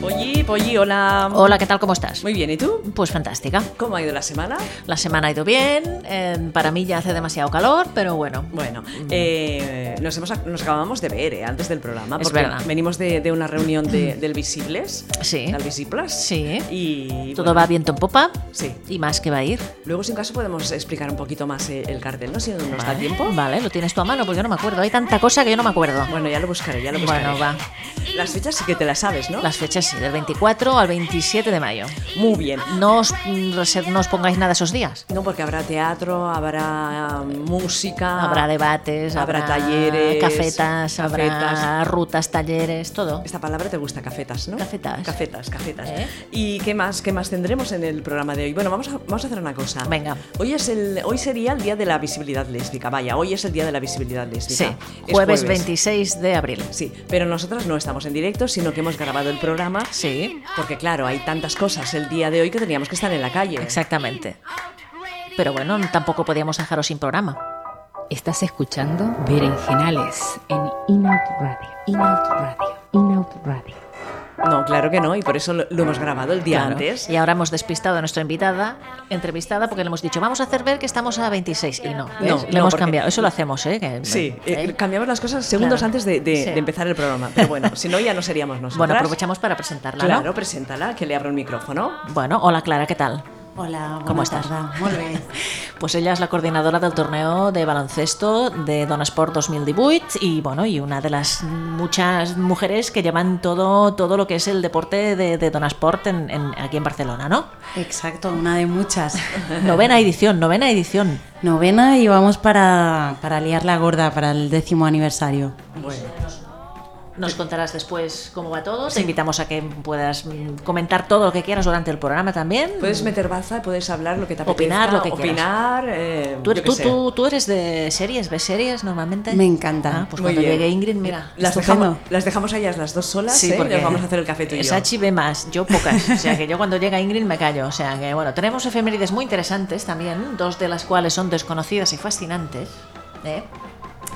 Polly, hola. Hola, ¿qué tal? ¿Cómo estás? Muy bien, ¿y tú? Pues fantástica. ¿Cómo ha ido la semana? La semana ha ido bien, eh, para mí ya hace demasiado calor, pero bueno. Bueno, Mm. eh, nos, hemos, ac- nos acabamos de ver eh, antes del programa, Es porque verdad. Mm. venimos de, de una reunión de- del Visibles, Sí. del Visiplas, Sí. y Todo bueno, va viento en popa Sí. y más que va a ir. Luego, sin caso, podemos explicar un poquito más eh, el cartel, ¿no? Si no nos da Vale, tiempo. Vale, lo tienes tú a mano porque yo no me acuerdo. Hay tanta cosa que yo no me acuerdo. Bueno, ya lo buscaré, ya lo buscaré. Bueno, va. Las fechas sí que te las sabes, ¿no? Las fechas sí, del 24 al 27 de mayo. Muy bien. No os, mm, reser- no os pongáis nada esos días. No, porque habrá teatro, habrá eh, música. Habrá debates, habrá talleres, cafetas, habrá cafetas. rutas, talleres, todo. Esta palabra te gusta, cafetas, ¿no? Cafetas. Cafetas, cafetas. ¿Eh? ¿Y qué más, qué más tendremos en el programa de hoy? Bueno, vamos a, vamos a hacer una cosa. Venga. Hoy, es el, hoy sería el Día de la Visibilidad Lésbica. Vaya, hoy es el Día de la Visibilidad Sí, Lésbica. Es jueves 26 de abril. Sí, pero nosotras no estamos en directo, sino que hemos grabado el programa. Sí, Porque claro, hay tantas cosas el día de hoy que teníamos que estar en la calle. exactamente. Pero bueno, tampoco podíamos dejaros sin programa. Estás escuchando Berenjenales en Inout Radio. Inout Radio. Inout Radio. No, claro que no, y por eso lo, lo hemos grabado el día Claro. antes. Y ahora hemos despistado a nuestra invitada, entrevistada, porque le hemos dicho, vamos a hacer ver que estamos a 26. Y no, No, ¿ves? le no, hemos porque- cambiado. Eso lo hacemos, ¿eh? Que- Sí, eh, ¿eh? cambiamos las cosas segundos Claro. antes de, de- Sí. de empezar el programa. Pero bueno, si no, ya no seríamos nosotros. Bueno, aprovechamos para presentarla, ¿no? Claro, preséntala, que le abro el micrófono. Bueno, hola Clara, ¿qué tal? Hola, ¿Cómo ¿cómo estás? estás? Molt bé. Pues ella es la coordinadora del torneo de baloncesto de Donasport 2018 y bueno, y una de las muchas mujeres que llevan todo, todo lo que es el deporte de, de Donasport en- en- aquí en Barcelona, ¿no? Exacto, una de muchas. Novena edición, novena edición. Novena y vamos para, para liar la gorda para el décimo aniversario. Bueno, Nos contarás después cómo va todo. Te invitamos a que puedas mm, comentar todo lo que quieras durante el programa también. puedes meter baza, puedes hablar lo que te apetezca. Opinar lo que quieras. Opinar, eh, Tú, yo qué tú- sé. tú- tú eres de series, ¿ves series normalmente? Me encantan. Ah, pues Muy cuando bien. llegue Ingrid, mira. Las estupendo. dejamos, las dejamos a ellas las dos solas, ¿eh? porque Les vamos a hacer el café tú y yo. Sachi ve más, yo pocas. O sea que yo cuando llega Ingrid me callo. O sea que bueno, tenemos efemérides muy interesantes también, dos de las cuales son desconocidas y fascinantes. ¿eh?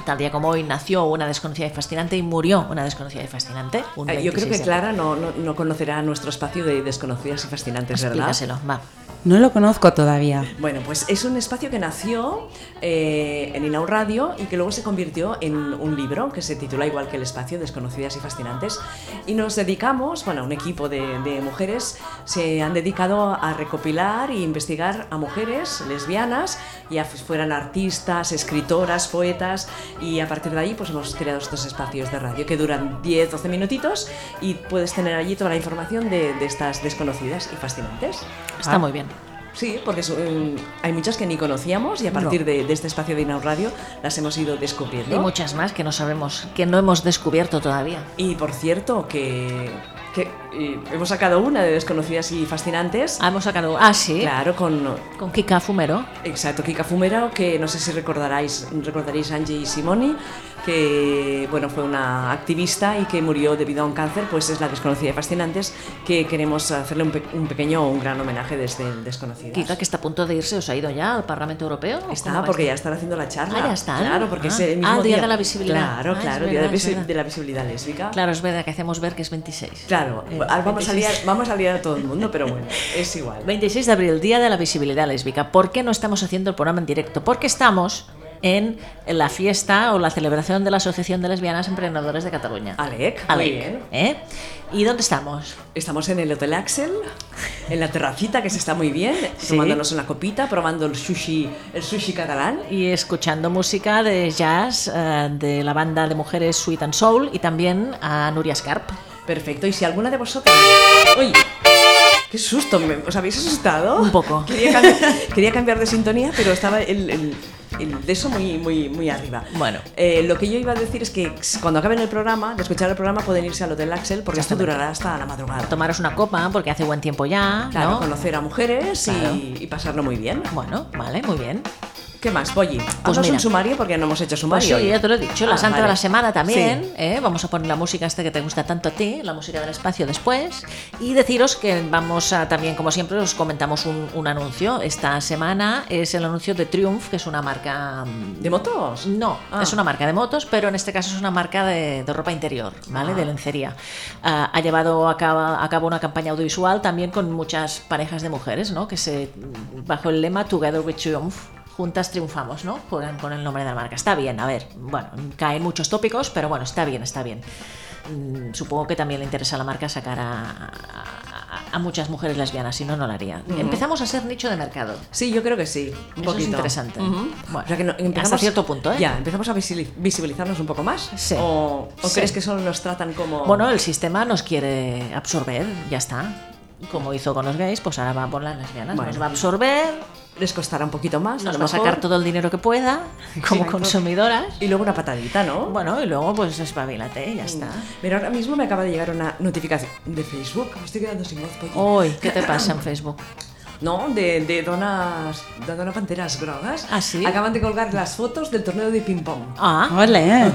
Tal día como hoy nació una desconocida y fascinante y murió una desconocida y fascinante. un Eh, Yo creo 26 que de- Clara no, no, no conocerá nuestro espacio de desconocidas y fascinantes, ¿verdad? Explícaselo, va. No lo conozco todavía. Bueno, pues es un espacio que nació eh, en Inau Radio y que luego se convirtió en un libro que se titula igual que el espacio, Desconocidas y Fascinantes. Y nos dedicamos, bueno, un equipo de, de mujeres se han dedicado a recopilar e investigar a mujeres lesbianas, ya fu- fueran artistas, escritoras, poetas, y a partir de ahí pues hemos creado estos espacios de radio que duran 10-12 minutitos y puedes tener allí toda la información de- de estas desconocidas y fascinantes. Está Ah. muy bien. Sí, porque es, eh, hay muchas que ni conocíamos y a partir de, de este espacio de Inaud Radio las hemos ido descubriendo. Hay muchas más que no sabemos, que no hemos descubierto todavía. Y por cierto, que, que, eh, hemos sacado una de desconocidas y fascinantes. Ah, hemos sacado. Ah, sí. Claro, con Con Kika Fumero. exacto Kika Fumero, que no sé si recordaréis, recordaréis Angie Simoni, que bueno fue una activista y que murió debido a un cáncer, pues es la desconocida y fascinantes que queremos hacerle un, pe- un pequeño o un gran homenaje desde el desconocido. Kika, que está a punto de irse, ¿os ha ido ya al Parlamento Europeo? ¿O cómo Está, va porque esto? ya están haciendo la charla. Ah, ya están. Claro, porque es Ah. el mismo Ah, Día de la Visibilidad. Claro, Ah, es claro, verdad, Día de, es visi- verdad. de la Visibilidad Lésbica. Claro, es verdad que hacemos ver que es 26. Claro, pues, Eh, ahora vamos, a 26. liar, vamos a liar a todo el mundo, pero bueno, es igual. 26 de abril, Día de la Visibilidad Lésbica. ¿Por qué no estamos haciendo el programa en directo? Porque estamos en la fiesta o la celebración de la Asociación de Lesbianas Emprendedores de Cataluña. Alec, muy Alec, bien. ¿eh? ¿Y dónde estamos? Estamos en el Hotel Axel, en la terracita que se está muy bien, Sí. tomándonos una copita, probando el sushi, el sushi catalán. Y escuchando música de jazz eh, de la banda de mujeres Sweet and Soul y también a Nuria Scarp. Perfecto, y si alguna de vosotras... ¡Uy! ¡Qué susto! me- ¿Os habéis asustado? Un poco. Quería cambiar, quería cambiar de sintonía, pero estaba el, el- el de eso muy, muy, muy arriba. Bueno. Eh, lo que yo iba a decir es que cuando acaben el programa, de escuchar el programa, pueden irse al Hotel Axel porque esto Exactamente. durará hasta la madrugada. Tomaros una copa porque hace buen tiempo ya. Claro, ¿no? conocer a mujeres y- Claro. y, pasarlo muy bien. Bueno, vale, muy bien. ¿Qué más, Polly? Haznos Pues mira. un sumario porque no hemos hecho Pues sumario. sí, hoy. ya te lo he dicho, la Ah, Santa de vale. la Semana también. Sí. ¿eh? Vamos a poner la música esta que te gusta tanto a ti, la música del espacio después. Y deciros que vamos a también, como siempre, os comentamos un, un anuncio. Esta semana es el anuncio de Triumph, que es una marca. mm, ¿De motos? No, Ah. es una marca de motos, pero en este caso es una marca de, de ropa interior, ¿vale? De lencería. Ah, ha llevado a cabo, a cabo una campaña audiovisual también con muchas parejas de mujeres, ¿no? Que se, bajo el lema Together with Triumph, juntas triunfamos, ¿no? Juegan con el nombre de la marca. Está bien, a ver, bueno, caen muchos tópicos, pero bueno, está bien, está bien. Mm, Supongo que también le interesa a la marca sacar a, a- a muchas mujeres lesbianas, si no, no lo haría. Empezamos a ser nicho de mercado. Sí, yo creo que sí. Un Eso es poquito. interesante. Ujú. Bueno, O sea que no- hasta cierto punto, ¿eh? Ya, empezamos a visili- visibilizarnos un poco más. Sí. ¿O, o Sí. crees que solo nos tratan como.? Bueno, el sistema nos quiere absorber, ya está. Como hizo con los gays, pues ahora va por las lesbianas. Bueno. nos va a absorber, les costará un poquito más. a nos lo va a mejor. sacar todo el dinero que pueda como Exacto. consumidoras. Y luego una patadita, ¿no? Bueno, y luego pues espabilate, ya está. Pero ahora mismo me acaba de llegar una notificación de Facebook. Me estoy quedando sin voz, Polly. Uy, ¿qué te pasa en Facebook? No, de, de donas, de dona panteras grogas. ¿Ah, sí? Acaban de colgar las fotos del torneo de ping-pong. Ah, Ole. ¿eh?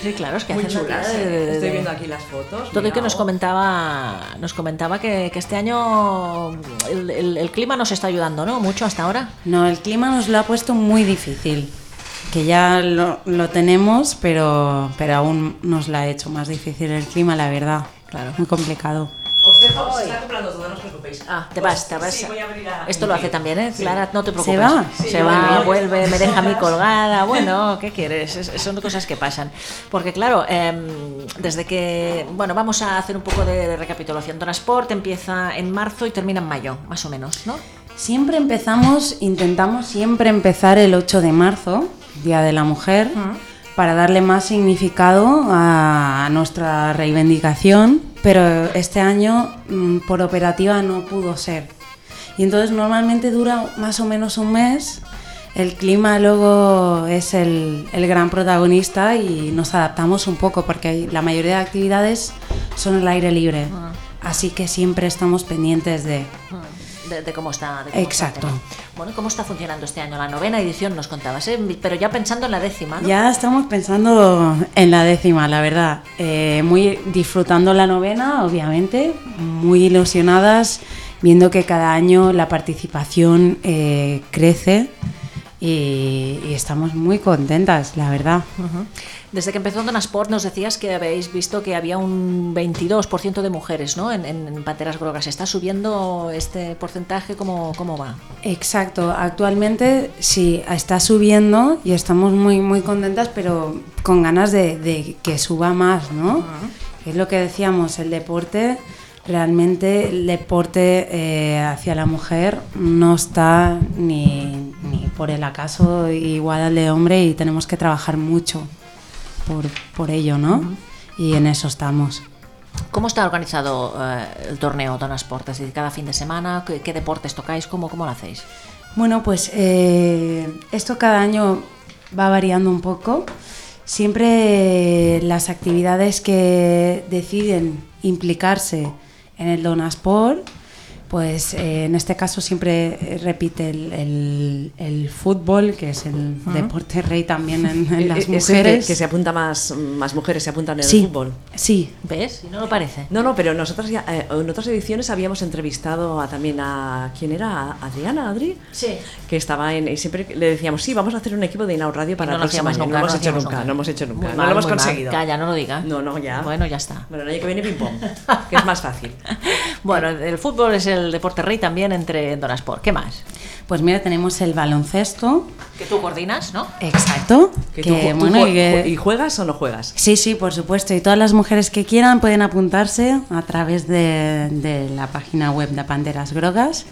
sí, claro, es que Muy hacen la chulas. tía de- ¿eh? de- de- Estoy de- viendo aquí las fotos. Todo y que mira, nos oh. comentaba, nos comentaba que, que este año el, el- el clima nos está ayudando, ¿no? Mucho hasta ahora. No, el clima nos lo ha puesto muy difícil. Que ya lo, lo tenemos, pero, pero aún nos la ha hecho más difícil el clima, la verdad. Claro. Muy complicado. Os dejo, se está comprando todo, no os preocupéis. Ah, te Pues, vas, te vas. Sí, voy a abrir a- Esto lo hace también, ¿eh? Clara, no te preocupes. ¿Se va? Se Sí, va, yo voy. vuelve, me deja a mí Solas. colgada. Bueno, ¿qué quieres? Es- son cosas que pasan. Porque, claro, em, desde que. Bueno, vamos a hacer un poco de, de recapitulación. Donasport empieza en marzo y termina en mayo, más o menos, ¿no? Siempre empezamos, intentamos siempre empezar el 8 de marzo, Día de la Mujer, para darle más significado a nuestra reivindicación, pero este año mm, por operativa no pudo ser. Y entonces normalmente dura más o menos un mes. El clima luego es el, el gran protagonista y nos adaptamos un poco porque hay- la mayoría de actividades son el aire libre. Así que siempre estamos pendientes de De, de cómo está. de cómo está el Exacto. tema. bueno, ¿cómo está funcionando este año? La novena edición nos contabas, ¿eh? Pero ya pensando en la décima, ¿no? Ya estamos pensando en la décima, la verdad. Eh, muy disfrutando la novena, obviamente, muy ilusionadas, viendo que cada año la participación eh, crece y, y estamos muy contentas, la verdad. Ujú. Desde que empezó Donasport nos decías que habéis visto que había un 22% de mujeres ¿no? en, en, en Panteras Grogas. ¿Está subiendo este porcentaje? ¿Cómo, cómo va? Exacto, actualmente sí, está subiendo y estamos muy, muy contentas, pero con ganas de, de que suba más, ¿no? Es lo que decíamos, el deporte, realmente el deporte eh, hacia la mujer no está ni, ni por el acaso igual al de hombre y tenemos que trabajar mucho por, por ello, ¿no? Y en eso estamos. ¿Cómo está organizado eh, el torneo Donasport? Es decir, cada fin de semana, ¿qué, qué deportes tocáis? ¿Cómo, ¿Cómo lo hacéis? Bueno, pues eh, esto cada año va variando un poco. Siempre eh, las actividades que deciden implicarse en el Donasport, pues eh, en este caso siempre eh, repite el, el- el fútbol, que es el deporte rey también en, en Eh, las eh, es el que- mujeres. Que, se apunta más, más mujeres, se apuntan en sí, el fútbol. sí, ¿Ves? No lo parece. No, no, pero nosotras ya, eh, en otras ediciones habíamos entrevistado a, también a. ¿Quién era? ¿A Adriana, Adri? Sí. Que estaba en. Y siempre le decíamos, sí, vamos a hacer un equipo de Inaud Radio para no el lo próximo hacíamos año. nunca. no hemos lo hecho hacíamos nunca, no hemos hecho nunca. Muy no mal, lo hemos muy mal. conseguido. Calla, no lo diga. Ah, No, no, ya. Bueno, ya está. Bueno, el año que viene ping-pong, que es más fácil. Bueno, el fútbol es el deporte rey también entre en Donasport. ¿Qué más? pues mira, tenemos el baloncesto. Que tú coordinas, ¿no? Exacto. Que tú que, ju- tú bueno, ju- y que- ¿Y juegas o no juegas? Sí, sí, por supuesto. Y todas las mujeres que quieran pueden apuntarse a través de, de la página web de Panteras Grogas.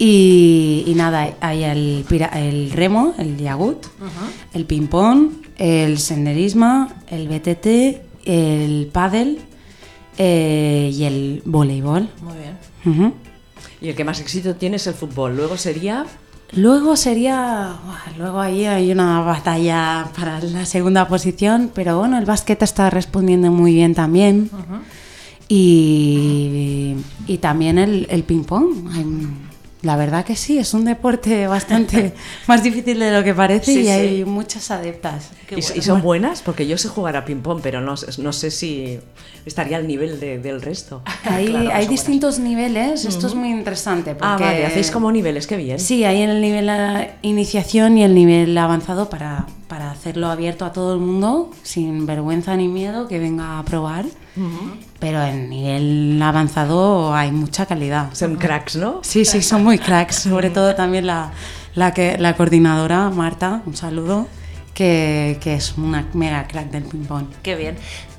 Y, y nada, hay el, pira- el remo, el yagut, el ping-pong, el senderismo, el BTT, el pádel eh, y el voleibol. Muy bien. Ujú. Y el que más éxito tiene es el fútbol. Luego sería. Luego sería, buah, luego ahí hay una batalla para la segunda posición, pero bueno, el básquet está respondiendo muy bien también. Y, y también el, el ping-pong. Hay un- La verdad que sí, es un deporte bastante más difícil de lo que parece Sí, y sí. hay muchas adeptas. Y, y son buenas porque yo sé jugar a ping-pong, pero no, no sé si estaría al nivel de- del resto. Claro Hay, que hay son buenas. distintos niveles, esto es muy interesante. Porque Ah, vale, hacéis como niveles, qué bien. Sí, hay el nivel eh, iniciación y el nivel avanzado para, para hacerlo abierto a todo el mundo, sin vergüenza ni miedo, que venga a probar. Pero en nivel avanzado hay mucha calidad. Son cracks, ¿no? Sí, sí, son muy cracks. Sobre todo también la, la que, la coordinadora, Marta, un saludo, que, que es una mega crack del ping-pong. Qué bien.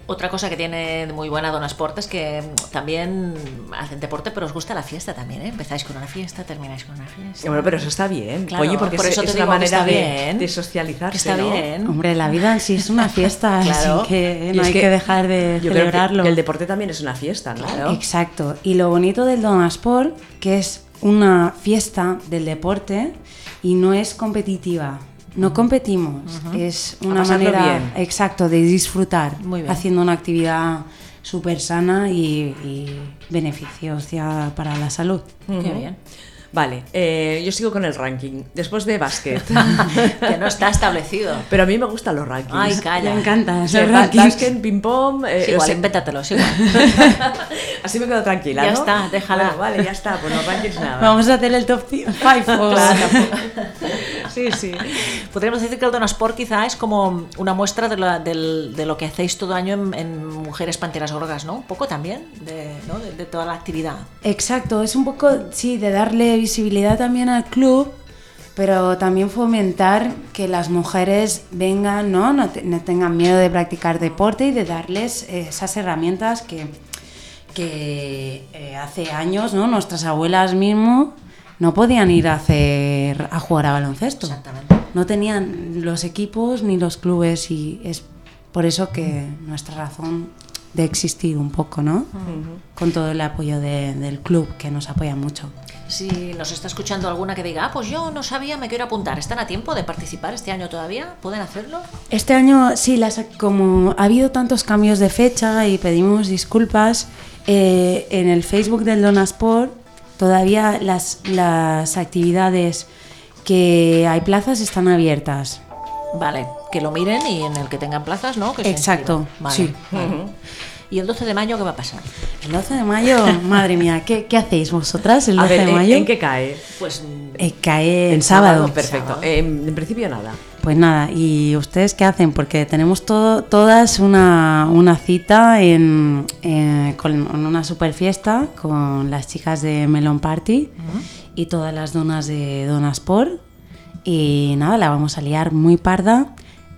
Otra cosa que tiene de muy buena Donas Portes que mm, también hacen deporte, pero os gusta la fiesta también, ¿eh? Empezáis con una fiesta, termináis con una fiesta. Bueno, pero eso está bien. Claro, Oye, porque por es- eso te es una digo que está manera de, bien. de socializarse. Está ¿no? bien. Hombre, la vida en sí es una fiesta, Claro. así que Y eh, no es hay que, dejar de yo creo que- celebrarlo. que el deporte también es una fiesta, ¿no? Exacto. Y lo bonito del Donasport, que es una fiesta del deporte y no es competitiva. No competimos, es una pasarlo manera bien. exacto de disfrutar Muy bien. haciendo una actividad súper sana y, y beneficiosa para la salud. Qué bien. Vale, eh, yo sigo con el ranking. Después de básquet. que no está establecido. Pero a mí me gustan los rankings. Ay, calla. Me encanta O sea, hacer ba- rankings. Básquet, ping-pong. eh, Es igual, o sea, invéntatelo, es igual. así me quedo tranquila. Ya ¿no? está, déjala. Bueno, vale, ya está. Pues los rankings nada. Vamos a hacer el top 5. Sí, sí. Podríamos decir que el Donasport quizá es como una muestra de, la- del- de lo que hacéis todo año en, en Mujeres Panteras Gorgas, ¿no? Un poco también de, ¿no? de, de toda la actividad. Exacto, es un poco, sí, de darle visibilidad también al club, pero también fomentar que las mujeres vengan, ¿no? No, te- no tengan miedo de practicar deporte y de darles eh, esas herramientas que, que eh, hace años, ¿no? Nuestras abuelas mismo no podían ir a hacer a jugar a baloncesto. Exactamente. No tenían los equipos ni los clubes y es por eso que nuestra razón de existir un poco, ¿no? Con todo el apoyo de- del club que nos apoya mucho. Si nos está escuchando alguna que diga, ah, pues yo no sabía, me quiero apuntar. ¿Están a tiempo de participar este año todavía? ¿Pueden hacerlo? Este año, sí, las, como ha habido tantos cambios de fecha y pedimos disculpas, eh, en el Facebook del Donasport todavía las, las actividades que hay plazas están abiertas. Vale, que lo miren y en el que tengan plazas, ¿no? Que se Exacto, inscriban. Vale, sí. vale. ¿Y el 12 de mayo qué va a pasar? El 12 de mayo, madre mía, ¿qué, qué hacéis vosotras el A 12 ver, de ¿en- mayo? ¿en qué cae? Pues Eh, cae el, En sábado. Perfecto. Sábado. Eh, en en principio nada. Pues nada, ¿y ustedes qué hacen? Porque tenemos todo, todas una, una cita en, eh, con una super fiesta con las chicas de Melon Party y todas las donas de Donasport. Y nada, la vamos a liar muy parda.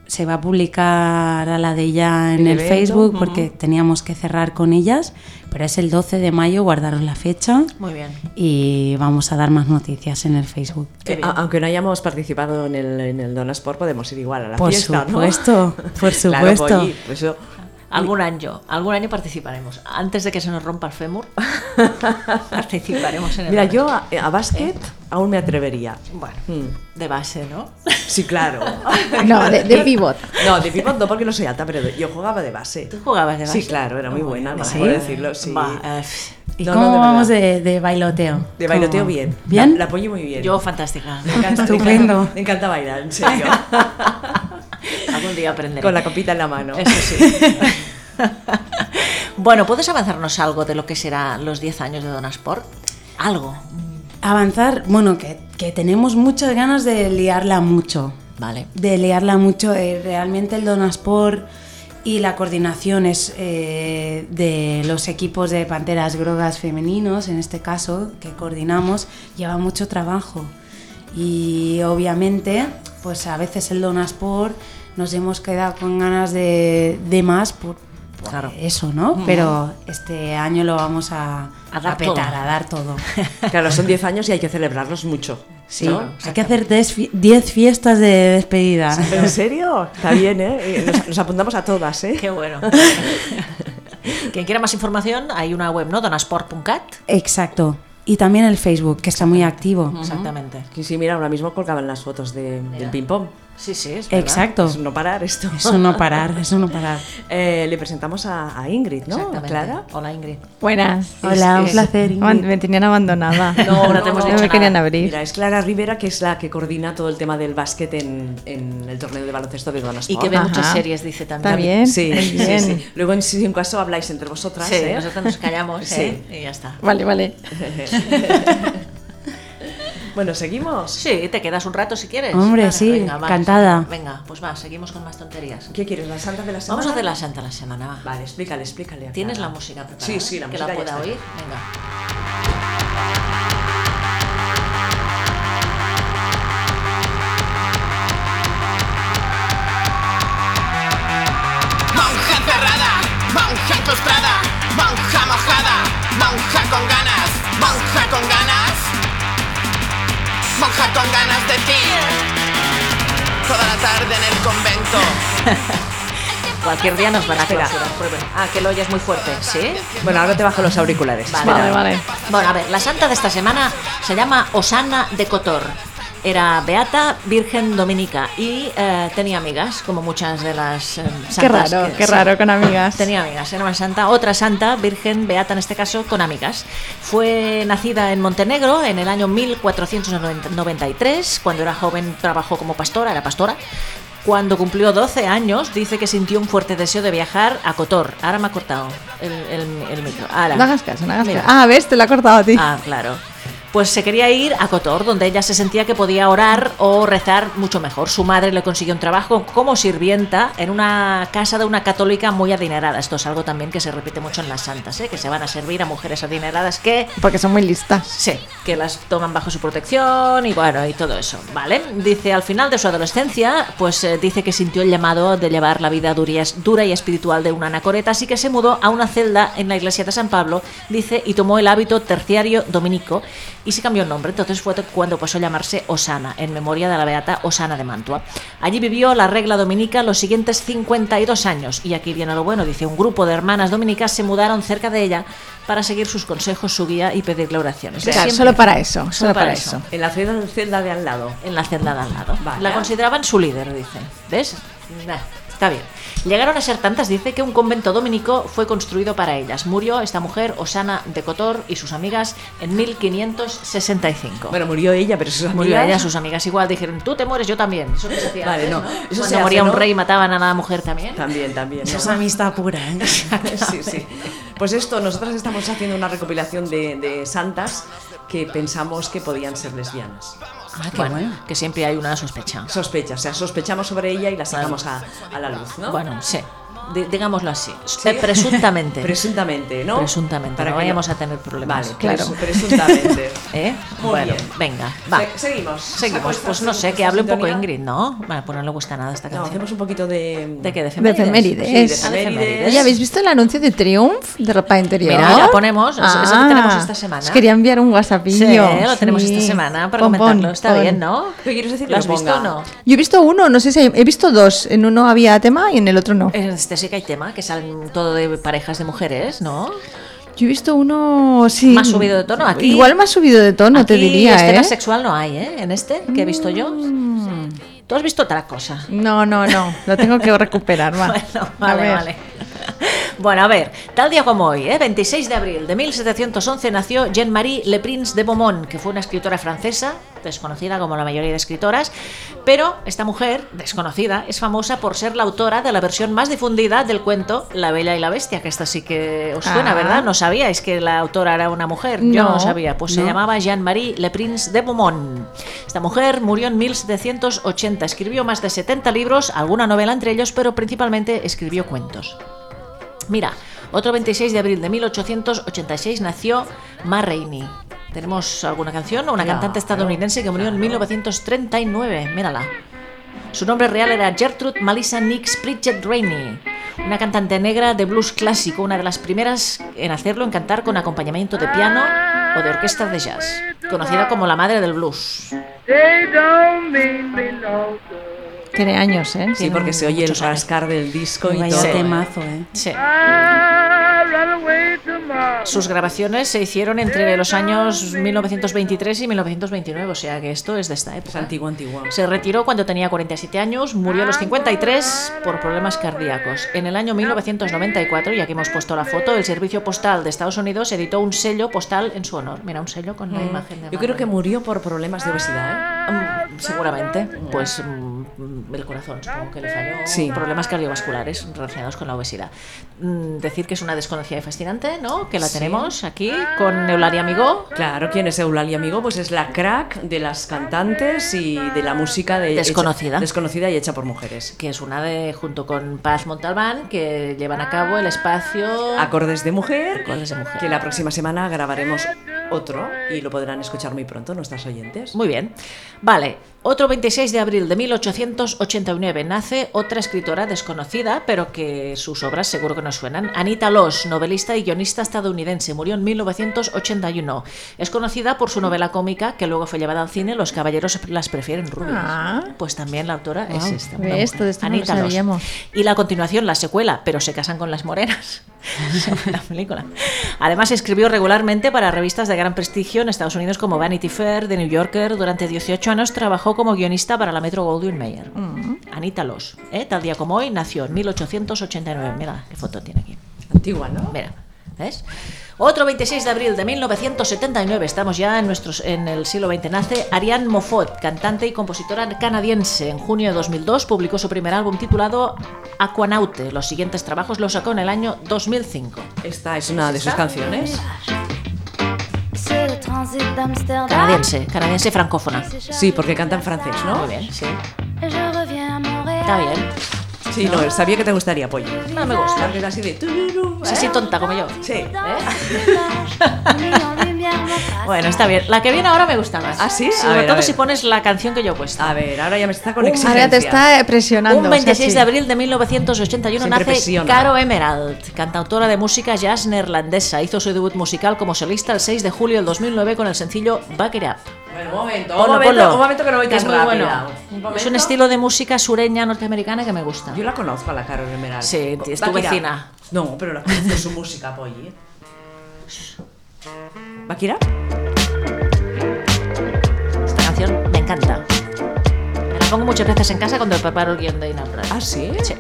Se va a publicar a la de ella en El el, evento, Facebook porque teníamos que cerrar con ellas, pero es el 12 de mayo, guardaros la fecha muy bien. y vamos a dar más noticias en el Facebook. Qué Eh, bien. a- aunque no hayamos participado en el, en el Donasport, podemos ir igual a la Por fiesta, ¿no? supuesto, por Claro, supuesto. oye, pues yo- Algún año, algún año participaremos. Antes de que se nos rompa el fémur, participaremos en el Mira, evento. yo a, a básquet aún me atrevería. Bueno, Mm. de base, ¿no? Sí, claro. No, de, Eh, de pivot. No, de pivot no, porque no soy alta, pero de- yo jugaba de base. ¿Tú jugabas de base? Sí, claro, era muy buena, bueno, no ¿sí? sé por decirlo, sí. Va, eh, pff, ¿Y No, cómo no, de vamos verdad. de, de bailoteo? De bailoteo ¿Cómo? bien. ¿Bien? La, la apoyo muy bien. yo fantástica. Me encanta- Me Estupendo. encanta, me encanta bailar, en serio. Algún día aprenderé. Con la copita en la mano. Eso sí. bueno, ¿puedes avanzarnos algo de lo que será los 10 años de Donasport? Algo. Avanzar, bueno, que, que tenemos muchas ganas de liarla mucho. Vale. De liarla mucho. eh, realmente el Donasport y la coordinación es eh, de los equipos de panteras grogas femeninos, en este caso, que coordinamos, lleva mucho trabajo. Y obviamente, pues a veces el Donasport nos hemos quedado con ganas de, de más por, por Claro. eso, ¿no? Pero este año lo vamos a, A dar a petar, todo. a dar todo. Claro, son 10 años y hay que celebrarlos mucho. Sí, ¿no? hay que hacer 10 fiestas de despedida. ¿En serio? Está bien, ¿eh? Eh, Nos, nos apuntamos a todas, ¿eh? Qué bueno. Quien quiera más información, hay una web, ¿no? Donasport.cat. Exacto. Y también el Facebook, que está muy activo. Exactamente. Sí, sí, mira, ahora mismo colgaban las fotos de- del ping-pong. Sí, sí, es verdad. Exacto. Es no parar esto. Eso no parar, eso no parar. Eh, le presentamos a, a Ingrid, ¿no? Exactamente. Clara. Hola, Ingrid. Buenas. Hola, un Es- placer, Ingrid. aban- Me tenían abandonada. No, no te hemos No dicho me nada. querían abrir. Mira, es Clara Rivera, que es la que coordina todo el tema del básquet en, en el torneo de baloncesto de Donosport. Y que ve Ajá. muchas series, dice también. También. Sí, sí, Bien. sí. Luego, en, si en caso, habláis entre vosotras. Sí, ¿eh? nosotros nos callamos, Sí. ¿eh? Y ya está. Vale, vale. Bueno, seguimos. Sí, te quedas un rato si quieres. Hombre, Vale, sí, venga, va. encantada. Venga, pues va, seguimos con más tonterías. ¿Qué quieres, la santa de la semana? Vamos a hacer la santa la semana, va. Vale, explícale, explícale. a ¿Tienes la Clara. música preparada? Sí, sí, la música Que ya la pueda está. oír. Venga. Monja cerrada, monja enclaustrada, monja mojada, monja con ganas, monja con ganas, monja con ganas de ti. Toda la tarde en el convento. Cualquier día nos van a Espera. clausurar. prueben. Ah, que lo oyes muy fuerte. ¿Sí? Bueno, ahora te bajo los auriculares. Vale. Vale, vale. Bueno, a ver, la santa de esta semana se llama Osana de Cotor. Era beata, virgen dominica y eh, tenía amigas, como muchas de las eh, Qué santas. raro, que- qué sí. raro con amigas. Tenía amigas, era una santa, otra santa, virgen, beata en este caso, con amigas. Fue nacida en Montenegro en el año 1493, cuando era joven trabajó como pastora, era pastora. Cuando cumplió 12 años, dice que sintió un fuerte deseo de viajar a Cotor. Ahora me ha cortado el, el- el micro. Ahora. No hagas caso, no hagas Mira. caso. Ah, ves, te la he cortado a ti. Ah, claro. Pues se quería ir a Cotor, donde ella se sentía que podía orar o rezar mucho mejor. Su madre le consiguió un trabajo como sirvienta en una casa de una católica muy adinerada. Esto es algo también que se repite mucho en las santas, ¿eh? que se van a servir a mujeres adineradas que Porque son muy listas. Pues Sí, que las toman bajo su protección y bueno, y todo eso, ¿vale? Dice, al final de su adolescencia, pues eh, dice que sintió el llamado de llevar la vida dura y es- dura y espiritual de una anacoreta, así que se mudó a una celda en la iglesia de San Pablo, dice, y tomó el hábito terciario dominico y se cambió el nombre, entonces fue cuando pasó a llamarse Osana, en memoria de la beata Osana de Mantua. Allí vivió la regla dominica los siguientes 52 años, y aquí viene lo bueno, dice, un grupo de hermanas dominicas se mudaron cerca de ella para seguir sus consejos, su guía y pedirle oraciones. Claro, Siempre. solo para eso, solo, para, eso. En la celda, celda de al lado. En la celda de al lado. Vale. La consideraban su líder, dicen. ¿Ves? Nah, está bien. Llegaron a ser tantas, dice, que un convento dominico fue construido para ellas. Murió esta mujer, Osana de Cotor, y sus amigas en 1565. Bueno, murió ella, pero sus Murió amigas- ella, sus amigas igual dijeron, tú te mueres, yo también. Eso que se hacía Vale, antes, no. ¿no? Eso Cuando se hace, moría ¿no? Ah, un rey, mataban a la mujer también. También, también. Eso ¿no? es amistad pura, ¿eh? sí, sí. Pues esto, nosotras estamos haciendo una recopilación de, de santas que pensamos que podían ser lesbianas. Ah, qué bueno, Que siempre hay una sospecha. Sospecha, o sea, sospechamos sobre ella y la sacamos a, a la luz, ¿no? Bueno, sí. Di- digámoslo así. Eh, presuntamente. Presuntamente, ¿no? Presuntamente, no que vayamos a tener problemas. Vale, Claro. presu- presuntamente. ¿Eh? Muy bueno, bien. venga, va. Se- seguimos. Seguimos, Apuestas, pues no sé, seguimos, que hable un poco sintonía. Ingrid, ¿no? Vale, pues no le gusta nada esta No, canción. hacemos un poquito de... ¿De qué? ¿De De efemérides? efemérides. Sí, de Ah, de efemérides. Oye, ¿habéis visto el anuncio de Triumph de ropa interior? Ah. Mira, la ponemos, es- es lo que tenemos esta semana. Os quería enviar un WhatsAppillo. Sí, lo tenemos sí. esta semana para Pon, pon, comentarlo. Está pon. bien, ¿no? ¿Qué quieres decir? ¿Lo has Que lo visto o ponga. no? Yo he visto uno, no sé si hay, he visto dos. En uno había tema y en el otro no. En Este sí que hay tema, que salen todo de parejas de mujeres, ¿no? Yo he visto uno, sí. Más subido de tono, aquí- Igual más subido de tono, te Aquí diría, escena ¿eh? Mm. sexual no hay, ¿eh? En este que he visto yo. Tú has visto otra cosa. No, no, no. Lo tengo que recuperar, va. Bueno, A vale, ver. vale. Bueno, a ver, tal día como hoy, ¿eh? 26 de abril de 1711 nació Jean-Marie Le Prince de Beaumont, que fue una escritora francesa, desconocida como la mayoría de escritoras, pero esta mujer, desconocida, es famosa por ser la autora de la versión más difundida del cuento La Bella y la Bestia, que esta sí que os suena, Ah. ¿verdad? No sabíais que la autora era una mujer, yo no No, sabía, pues se no. llamaba Jean-Marie Le Prince de Beaumont. Esta mujer murió en 1780, escribió más de 70 libros, alguna novela entre ellos, pero principalmente escribió cuentos. Mira, otro 26 de abril de 1886 nació Ma Rainey. ¿Tenemos alguna canción o una cantante estadounidense que murió en 1939? Mírala. Su nombre real era Gertrude Melissa Nix Pritchett Rainey, una cantante negra de blues clásico, una de las primeras en hacerlo en cantar con acompañamiento de piano o de orquesta de jazz, conocida como la madre del blues. Tiene años, ¿eh? Sí, porque se oye el Muchos años. rascar del disco y Vaya todo. temazo, ¿eh? Sí. Sus grabaciones se hicieron entre los años 1923 y 1929, o sea que esto es de esta Es época. antiguo, antiguo. Se retiró cuando tenía 47 años, murió a los 53 por problemas cardíacos. En el año 1994, y aquí hemos puesto la foto, el Servicio Postal de Estados Unidos editó un sello postal en su honor. Mira, un sello con la imagen de Mm. Yo creo que Marilyn. murió por problemas de obesidad, ¿eh? Mm, Seguramente, pues mm, el corazón supongo que le falló. Sí. Problemas cardiovasculares relacionados con la obesidad. Mm, Decir que es una desconocida y fascinante, ¿no? Que la tenemos aquí con Eulalia Amigó. Claro, ¿quién es Eulalia Amigo? Pues es la crack de las cantantes y de la música de, Desconocida. hecha- desconocida y hecha por mujeres. que es una de, junto con Paz Montalbán, que llevan a cabo el espacio... Acordes de mujer, Acordes de mujer. que la próxima semana grabaremos otro y lo podrán escuchar muy pronto nuestras oyentes. Muy bien. Vale, otro 26 de abril de 1889 nace otra escritora desconocida, pero que sus obras seguro que nos suenan. Anita Loss, novelista y guionista estadounidense, murió en 1981. Es conocida por su novela cómica, que luego fue llevada al cine, Los caballeros las prefieren rubias. Ah. Pues también la autora es Guau, esta. ve, una esto de esto no lo Pues Anita Loss. sabíamos. Y la continuación, la secuela, pero se casan con las morenas. la película. Además, escribió regularmente para revistas de gran prestigio en Estados Unidos como Vanity Fair, The New Yorker. Durante 18 años trabajó como guionista para la Metro Goldwyn Mayer. Mm. Anita Loss, ¿eh? tal día como hoy, nació en 1889. Mira qué foto tiene aquí. Antigua, ¿no? Mira, ¿ves? Otro 26 de abril de 1979, estamos ya en, nuestros, en el siglo XX, nace Ariane Moffat, cantante y compositora canadiense. En junio de 2002 publicó su primer álbum titulado Aquanaute. Los siguientes trabajos los sacó en el año 2005. Esta es una de sus canciones. C'est le transit d'Amsterdam. Canadiense, canadiense francófona. Sí, porque canta en francés, Muy ¿no? bien, sí. Je reviens à Montréal. Está bien. Sí, no, sabía que te gustaría, Polly. No me gusta. Porque es así de... tururú, Es así ¿eh? tonta como yo. Sí. Dans le village, mis en lumière mon Bueno, está bien. La que viene ahora me gusta más. ¿Ah, sí? A Sobre ver, a todo ver. si pones la canción que yo he puesto. A ver, ahora ya me está con Uh, Ahora exigencias. te está eh, presionando. Un 26 Sachi. de abril de 1981 Siempre nace presiona. Caro Emerald, cantautora de música jazz neerlandesa. Hizo su debut musical como solista el 6 de julio del 2009 con el sencillo Back It Up. Bueno, un momento, Ponlo, un, momento ponlo, un momento que no voy tan es muy rápido. bueno. momento. Es un estilo de música sureña norteamericana que me gusta. Yo la conozco a la Carol Emerald. Sí, Co- es tu Bakira. vecina. No, pero la conozco su música, Polly. ¿Bakira? Esta canción me encanta. Me la pongo muchas veces en casa cuando preparo el guión de Inaugural. Ah, sí. Sí.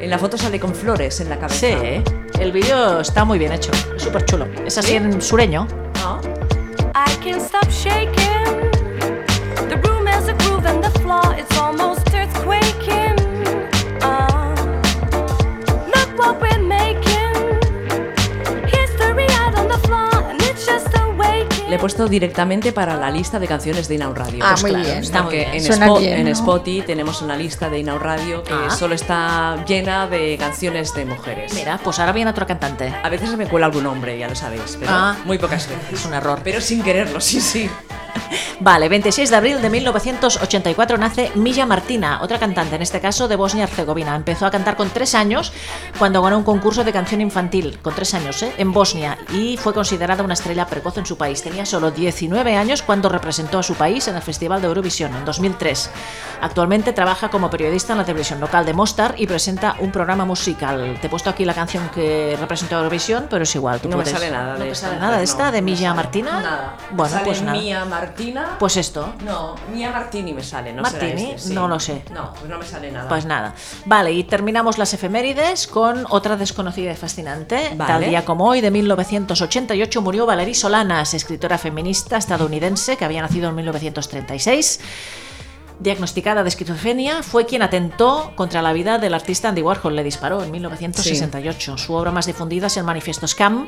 En la foto sale con flores en la cabeza. Sí, eh. el vídeo está muy bien hecho. Es súper chulo. Es así en sureño. Ah. I can't stop shaking. The room has a groove and the floor is almost earthquaking. Uh, look what we're making. History out on the floor and it's just awakening. Le he puesto directamente para la lista de canciones de Inaun Radio. Ah, Pues muy claro, bien. Está muy porque bien. En, Suena Spo- bien, en ¿no? Spotify tenemos una lista de Inaun Radio que Ah. solo está llena de canciones de mujeres. Mira, pues ahora viene otro cantante. A veces se me cuela algún hombre, ya lo sabéis, pero Ah. muy pocas veces. Es un error. Pero sin quererlo, sí, sí. Vale, 26 de abril de 1984 nace Milla Martina, otra cantante, en este caso de Bosnia y Herzegovina. Empezó a cantar con tres años cuando ganó un concurso de canción infantil, con tres años, ¿eh? en Bosnia, y fue considerada una estrella precoz en su país. Tenía solo 19 años cuando representó a su país en el Festival de Eurovisión en 2003. Actualmente trabaja como periodista en la televisión local de Mostar y presenta un programa musical. Te he puesto aquí la canción que representó a Eurovisión, pero es igual. tú No me puedes- sale nada ¿No de te esta, pues sale nada no, de esta, de no Milla sale Martina. Nada. Bueno, Sale pues nada. Mía Martina. Pues esto. no, Mía Martini me sale, no será Martini, este, sí. no lo sé. No, pues no me sale nada. Pues nada. Vale, y terminamos las efemérides con otra desconocida y fascinante. Vale. Tal día como hoy, de 1988, murió Valerie Solanas, escritora feminista estadounidense que había nacido en 1936. Diagnosticada de esquizofrenia, fue quien atentó contra la vida del artista Andy Warhol. Le disparó en 1968. Su obra más difundida es el manifiesto Scam,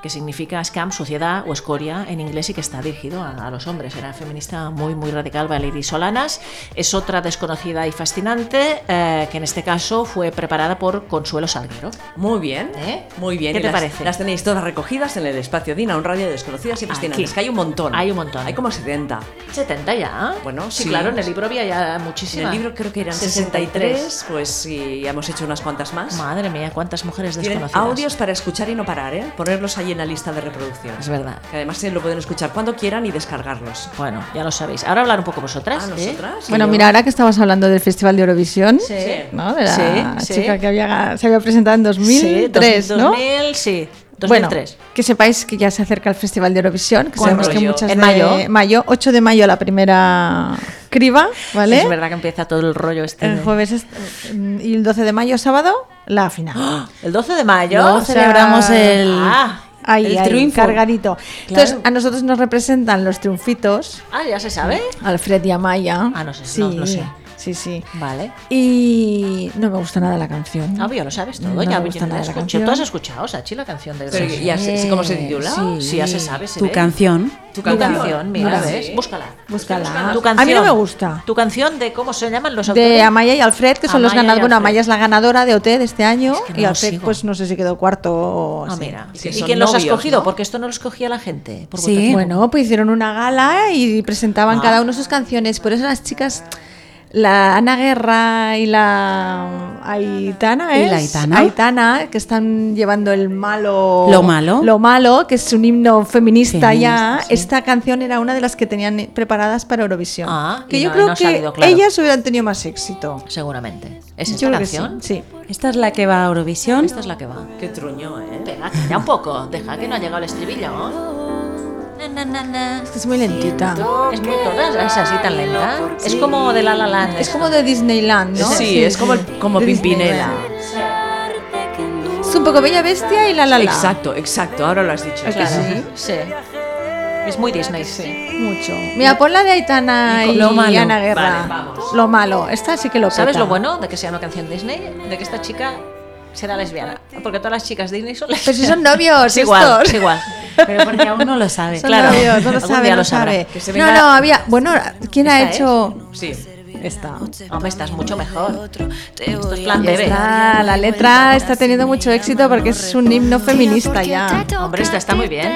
que significa Scam, suciedad o escoria en inglés y que está dirigido a, a los hombres. Era feminista muy, muy radical, Valerie Solanas. Es otra desconocida y fascinante, eh, que en este caso fue preparada por Consuelo Salguero. Muy bien, ¿Eh? muy bien. ¿Qué Y te las, parece? Las tenéis todas recogidas en el espacio Dina, un radio de desconocidas y fascinantes, Aquí. que hay un montón. Hay un montón. Hay como 70. 70 ya. Bueno, sí, sí. claro, en el libro había ya En muchísimas. el libro creo que eran 63, 63. pues sí, ya hemos hecho unas cuantas más. Madre mía, cuántas mujeres Tienen desconocidas. audios para escuchar y no parar, ¿eh? Ponerlos allí hay en la lista de reproducción. Es verdad. Que además se lo pueden escuchar cuando quieran y descargarlos. Bueno, ya lo sabéis. Ahora hablar un poco vosotras. ¿A ¿eh? Ah, nosotras? Bueno, mira, ahora que estabas hablando del Festival de Eurovisión, Sí. ¿no? De la Sí, sí. chica que había, se había presentado en Sí, 2003, dos- ¿no? 2000, sí. Bueno, 2003. que sepáis que ya se acerca el Festival de Eurovisión, que ¿Cuándo? sabemos que Yo. muchas En de- mayo. mayo, 8 de mayo la primera criba, ¿vale? Es verdad que empieza todo el rollo este. El de- jueves est- y el 12 de mayo, sábado, la final. ¡Ah! El 12 de mayo. No, O sea, celebramos el- Ah, Ahí, El ahí, triunfo. cargadito. Entonces, a nosotros nos representan los triunfitos, ah, ya se sabe. Alfred y Amaya. Ah, no sé, sí, no, lo sé. Sí, sí. Vale. Y no me gusta nada la canción. Ah, pues ya lo sabes todo. No ya yo me gusta no la nada la escucho. canción. Tú has escuchado, Sachi, la canción de Pero Eurovisión? ya sé sé cómo se titula. Sí, ya se sabe. Se tu ve. canción. Tu Tu canción. canción, mira, Mira, ves. sí. Búscala. Búscala. Tu A mí canción. no me gusta. Tu canción de cómo se llaman los autores. De Amaya y Alfred, que son los Amaya y ganadores. Bueno, Alfred. Amaya es la ganadora de OT de este año Es que no y lo Alfred, sigo. pues no sé si quedó cuarto o. Ah, sí. mira. Sí, ¿Y son quién los ha novios, escogido? ¿no? Porque esto no lo escogía la gente. por Sí. votación. Bueno, pues hicieron una gala y presentaban cada uno sus canciones. Por eso las chicas, la Ana Guerra y Ah, la Aitana, Y ¿es? la Aitana. Aitana, que están llevando el malo. Lo malo. Lo malo, que es un himno feminista, ya. Feminista, sí. Esta canción era una de las que tenían preparadas para Eurovisión. Ah, y que yo no- creo no ha que salido claro. ellas hubieran tenido más éxito. Seguramente. ¿Es Yo esta creo que canción? Sí. sí. Esta es la que va a Eurovisión. Esta es la que va. Qué truño, ¿eh? Venga, ya un poco. Deja que no ha llegado el estribillo. Na, na, na, na. Es que es muy lentita. Es muy toda, es así tan lenta. Es como de La La Land. Es como de Disneyland, ¿no? Sí, es como, el- como De Pimpinela. Disneyland. Es un poco Bella Bestia y la la la. Exacto, exacto, ahora lo has dicho. Es que Claro, sí. sí. Es muy Disney, sí. Mucho. Mira, pon la de Aitana y, Lo malo. Ana Guerra. Vale, vamos. Lo malo. Esta sí que lo ¿Sabes peta. lo bueno de que sea una canción Disney? De que esta chica será lesbiana. Porque todas las chicas Disney son Pero lesbianas. si son novios, es igual, estos. es igual. Pero porque aún no lo sabe. Son claro. novios, no lo Algún sabe, día no lo sabrá. sabe. Que se No, venga- no, había. Bueno, ¿quién ha ¿Esta es? hecho Sí. esta? Hombre, estás mucho mejor. Esto es plan Y bebé. está, la letra está teniendo mucho éxito porque es un himno feminista ya. Hombre, esta está muy bien.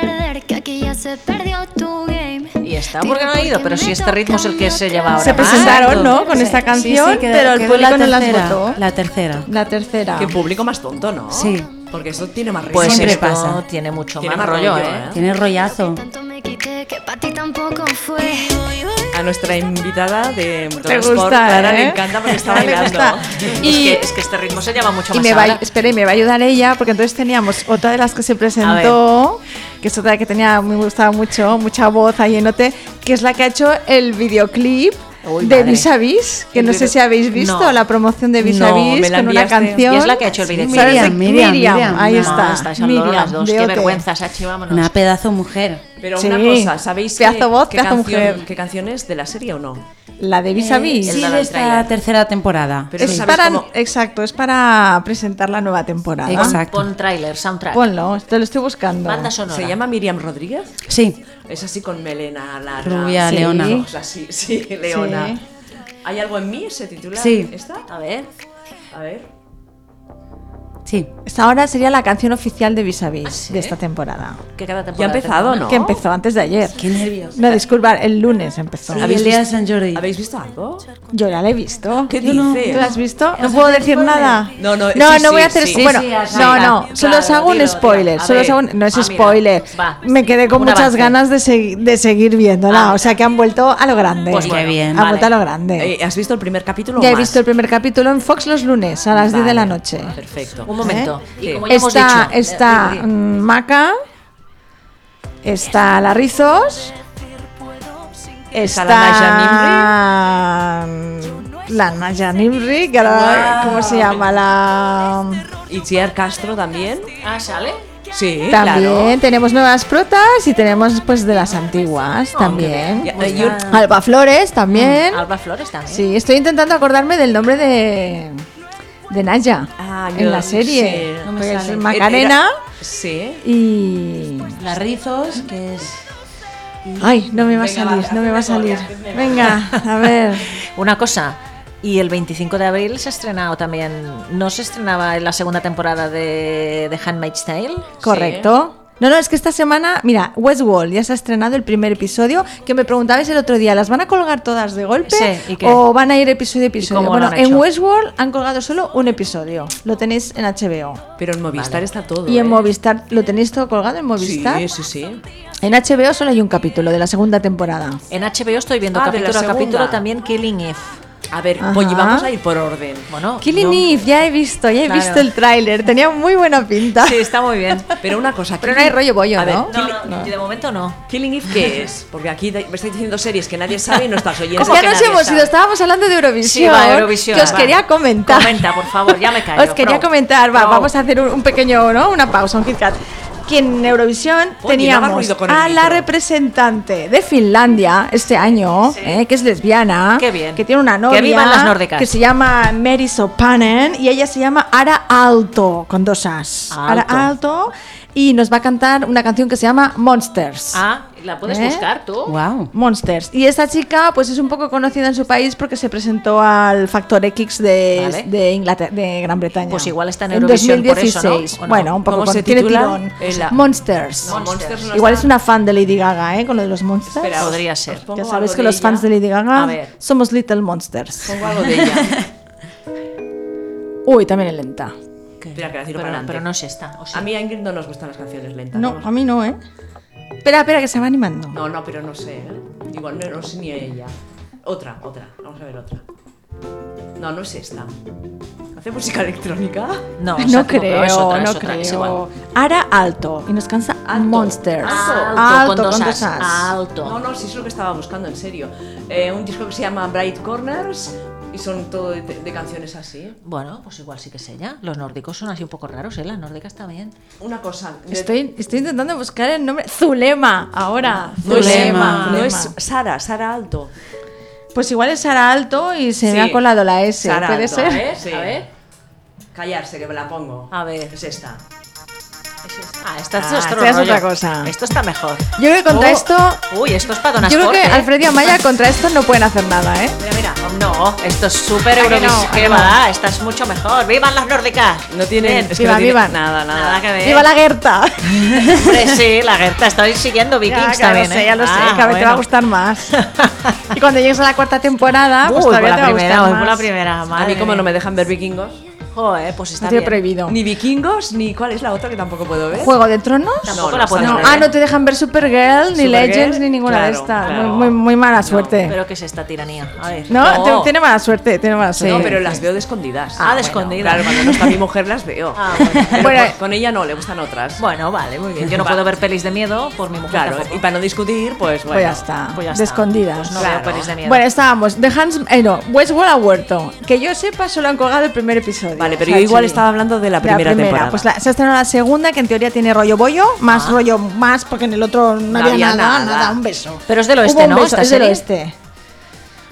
Y está, porque no ha ido, pero si este ritmo es el que se lleva ahora. Se presentaron, ¿no? Con esta canción, pero el público no las tercera, votó. La tercera. La tercera. Qué público más tonto, ¿no? Sí. Porque eso tiene más Pues ritmo. Siempre esto pasa. tiene mucho Tiene más más rollo, rollo, ¿eh? ¿eh? Tiene rollazo. Tanto me quité que para ti tampoco fue. A nuestra invitada de Te Motorsport, gusta, Clara, ¿eh? le encanta porque está Le bailando. gusta. Es, Y- que, es que este ritmo se lleva mucho Y más me va, ahora. espera, y me va a ayudar ella, porque entonces teníamos otra de las que se presentó, que es otra que tenía, me gustaba mucho, mucha voz ahí en OT, que es la que ha hecho el videoclip Uy, de madre. Vis a Vis, que El no sé video- si habéis visto No. la promoción de Vis a No, Vis me la con una enviaste. canción. Y es la que ha hecho el videoclip. ¿Sabes? Miriam, Miriam, Miriam, Miriam. ahí No, está. estáis al loro Miriam, las dos. de Qué OT. vergüenza, Sachi, vámonos. Una pedazo mujer. Pero Sí. una cosa, ¿sabéis qué, Pedazo voz, qué, pedazo canción- mujer. qué canciones de la serie o no? La de Vis a Vis. Sí, El de esta trailer. tercera temporada. Pero es sabes para, cómo- Exacto, es para presentar la nueva temporada. Exacto. Pon trailer, soundtrack. Ponlo, te lo estoy buscando. Banda sonora. ¿Se llama Miriam Rodríguez? Sí. Es así con melena larga. Rubia, sí. leona. ojos así, sí, leona. Sí. ¿Hay algo en mí? ¿Se titula Sí. esta? A ver. A ver. Sí. Esta ahora sería la canción oficial de Vis a Vis ¿Ah, sí? de esta temporada. ¿Qué cada temporada Ya ha empezado, te- ¿no? Que empezó antes de ayer. Qué nervios. No, disculpa, el lunes empezó. Y el día de San Jordi. ¿Habéis visto algo? Yo ya la he visto. ¿Qué ¿Tú no- dices? ¿Tú la has visto? No puedo decir nada. No, no, no, sí, no voy sí, a hacer. sí. Bueno, Sí, sí, has no, hablado. no. Solo os Claro, hago dilo, un spoiler. dilo. A Solo os hago un- ver. No es Ah, mira. spoiler. Va. Me quedé con Un muchas avance. ganas de, segui- de seguir viéndola. Ah. o sea que han vuelto a lo grande. Pues Qué bueno, bien. Han vale. vuelto a lo grande. Eh, ¿Has visto el primer capítulo? o ya he más? visto el primer capítulo en Fox los lunes a las 10 de la Vale, noche. Perfecto. Un momento. ¿Eh? Y como ya hemos Está, dicho, está mm, Maca, está la Rizos, Está está la la Naya Nimri, que ahora, ¿cómo se llama? La, ¿Y Chiar Castro también? Ah, ¿sale? Sí, también tenemos nuevas protas y tenemos pues de las antiguas también. claro. Ya, eh, y un- Alba Flores también. Mm, Alba Flores también. Sí, estoy intentando acordarme del nombre de, de Naya Ah, yo en la serie. sé. No me Pues sale. Macarena eh, Era- Sí. y... La Rizos, que es. Ay, no me va a salir, no me va a salir. Venga, a ver. Una cosa. Y el 25 de abril se ha estrenado también. ¿No se estrenaba en la segunda temporada de The Handmaid's Tale? Correcto. No, no, es que esta semana, mira, Westworld ya se ha estrenado el primer episodio, que me preguntabais el otro día, ¿las van a colgar todas de golpe Sí, ¿y qué? o van a ir episodio a episodio? cómo lo bueno, han en hecho? Westworld han colgado solo un episodio. Lo tenéis en HBO. Pero en Movistar está todo. Y en ¿eh? Movistar, ¿lo tenéis todo colgado en Movistar? Sí, sí, sí. En HBO solo hay un capítulo de la segunda temporada. En HBO estoy viendo Ah, de la capítulo a capítulo segunda. también Killing Eve. A ver, Ajá. pues vamos a ir por orden. Bueno, Killing yo- Eve, ya he visto, ya he Claro. visto el tráiler. Tenía muy buena pinta. Sí, está muy bien. Pero una cosa. Pero no Killing- hay rollo bollo, a ver, ¿no? ¿Eh? Killing- No, no, de momento no. ¿Killing Eve qué es? Porque aquí da- me estáis diciendo series que nadie sabe y no estás oyendo. Es que ya que nos nadie hemos sabe? ido, estábamos hablando de Eurovisión. Sí, va, Eurovisión, Que os va. quería comentar. Comenta, por favor, ya me callo, Os quería Pro. comentar, va, Pro. vamos a hacer un, un pequeño, ¿no? Una pausa, un KitKat. Que en Eurovisión no hagas teníamos ruido con el a la micro. representante de Finlandia este año, eh, que es lesbiana, Qué bien. que tiene una Que novia, vivan las nórdicas. que se llama Mary Sopanen y ella se llama Ara Alto, con dos as. Ara Alto. Alto y nos va a cantar una canción que se llama Monsters. Ah, ¿la puedes ¿Eh? buscar tú? Wow. Monsters. Y esta chica, pues es un poco conocida en su país porque se presentó al Factor X de, Vale. de, Inglater- de Gran Bretaña. Pues igual está en Eurovisión por eso, ¿no? ¿O no? Bueno, un poco ¿Cómo con- se tiene titula? tirón. Eh, la- Monsters. No, Monsters no igual está. es una fan de Lady Gaga, ¿eh? Con lo de los Monsters. Espera, os- Podría os ser. Ya pongo ya algo sabéis que los ella. fans de Lady A Gaga ver. somos Little Monsters. Pongo algo de ella. Uy, también es lenta. Espera, que la tiro pero, para adelante. pero no si está. o sí. A mí a Ingrid no nos gustan las canciones lentas. No, no, a mí no, ¿eh? Espera, espera, que se va animando. no, no, pero no sé. ¿eh? Igual no, no sé ni ella. Otra, otra. Vamos a ver otra. No, no es esta. ¿Hace música electrónica? no, se ha No equivocado, creo, es otra, no es otra, creo. es igual. Ara alto y nos cansa Alto, Monsters. alto, con dos con as, dos as. alto. No, no, sí es lo que estaba buscando, en serio. Eh, un disco que se llama Bright Corners y son todo de, de canciones así. Bueno, pues igual sí que es ella. Los nórdicos son así un poco raros, ¿eh? Las nórdicas también. Una cosa. de- Estoy, estoy intentando buscar el nombre. Zulema, ahora. No es, Ah, Zulema. no es Sara, Sara Alto. Pues igual es Sara Alto y se Sí. me ha colado la S. Sara ¿Puede Alto, ¿eh? ser? a ver, sí. A ver. Callarse, que me la pongo. A ver. Es esta. Ah, esta Ah, es, otro esta es rollo. otra cosa. Esto está mejor. Yo creo que contra Oh, esto. Uy, esto es para Don Yo creo que Asporte, ¿eh? Alfredo y Amaya contra esto no pueden hacer nada, ¿eh? Mira, mira. Oh, No, esto es súper Ah, que no, Eurovisión. ah, ¿Qué no. va? Esta es mucho mejor. ¡Vivan las nórdicas! No tienen- Bien. es que Viva, no tiene viva. Nada, nada. Nada que ver. ¡Viva la Gerta! Hombre, sí, la Gerta. Estoy siguiendo Vikings ya lo también, sé, ¿eh? ya lo sé. Ah, Cada vez te va a bueno. gustar más. Y cuando llegues a la cuarta temporada, pues Uy, por todavía la te va a primera, gustar voy por la más. primera. A mí, madre como no mía. me dejan ver vikingos, Joder, pues Lo está tiene bien. prohibido. ni vikingos, ni cuál es la otra que tampoco puedo ver. ¿Juego de Tronos? Tampoco No, la no, puedes no. ver. Ah, no te dejan ver Supergirl, ni Supergirl, Legends, ni ninguna de claro, estas. claro. Muy, muy, muy mala suerte. Pero ¿qué es esta tiranía? A ver. no, te- tiene mala suerte, tiene mala suerte. No, pero las veo de escondidas. Ah, de bueno, escondidas. Claro, cuando no está mi mujer las veo. Ah, bueno. Pero Bueno. con, con ella no, le gustan otras. Bueno, vale, muy bien. Yo no puedo ver pelis de miedo por mi mujer. claro, tampoco. y para no discutir, pues bueno. Pues ya está. Pues ya de está. escondidas. Pues no Claro. veo pelis de miedo. Bueno, estábamos. De Hans. Eh, no, Westworld ha vuelto. Que yo sepa, solo han colgado el primer episodio. Vale, O pero sea, yo igual sí. estaba hablando de la La primera, primera, temporada. pues la- se ha estrenado la segunda, que en teoría tiene rollo bollo, más Ah. rollo más, porque en el otro no, había, nada, nada, un beso. Pero es del Hubo oeste, un ¿no? beso, Esta es del serie. oeste.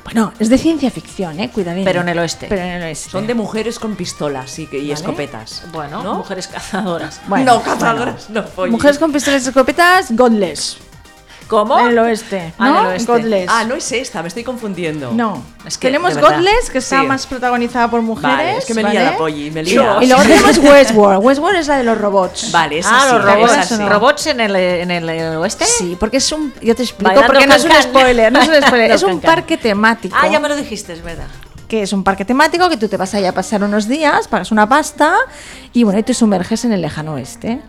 Bueno, es de ciencia ficción, eh, cuidadín. Pero en el oeste. Pero en el oeste. Son de mujeres con pistolas y, que- y escopetas. Bueno, ¿no? mujeres cazadoras. Bueno, no, cazadoras, no follis. Mujeres con pistolas y escopetas, godless. ¿Cómo? En el oeste. Ah, en ¿no? el oeste. Godless. Ah, no es esta, me estoy confundiendo. No. Es que, tenemos de verdad. Godless, que está Sí. más protagonizada por mujeres. Vale, es que me lía ¿vale? la polli, me Y lía. Y luego tenemos Westworld. Westworld es la de los robots. Vale, esa ah, sí, los esa robots. sí. ¿Robots en el, en el, en el oeste? Sí, porque es un. Yo te explico Bailando porque no es un cancán. spoiler. No es un spoiler. es Los un cancán. parque temático. Ah, ya me lo dijiste, es verdad. Que es un parque temático que tú te vas allá a pasar unos días, pagas una pasta y bueno, y te sumerges en el lejano oeste.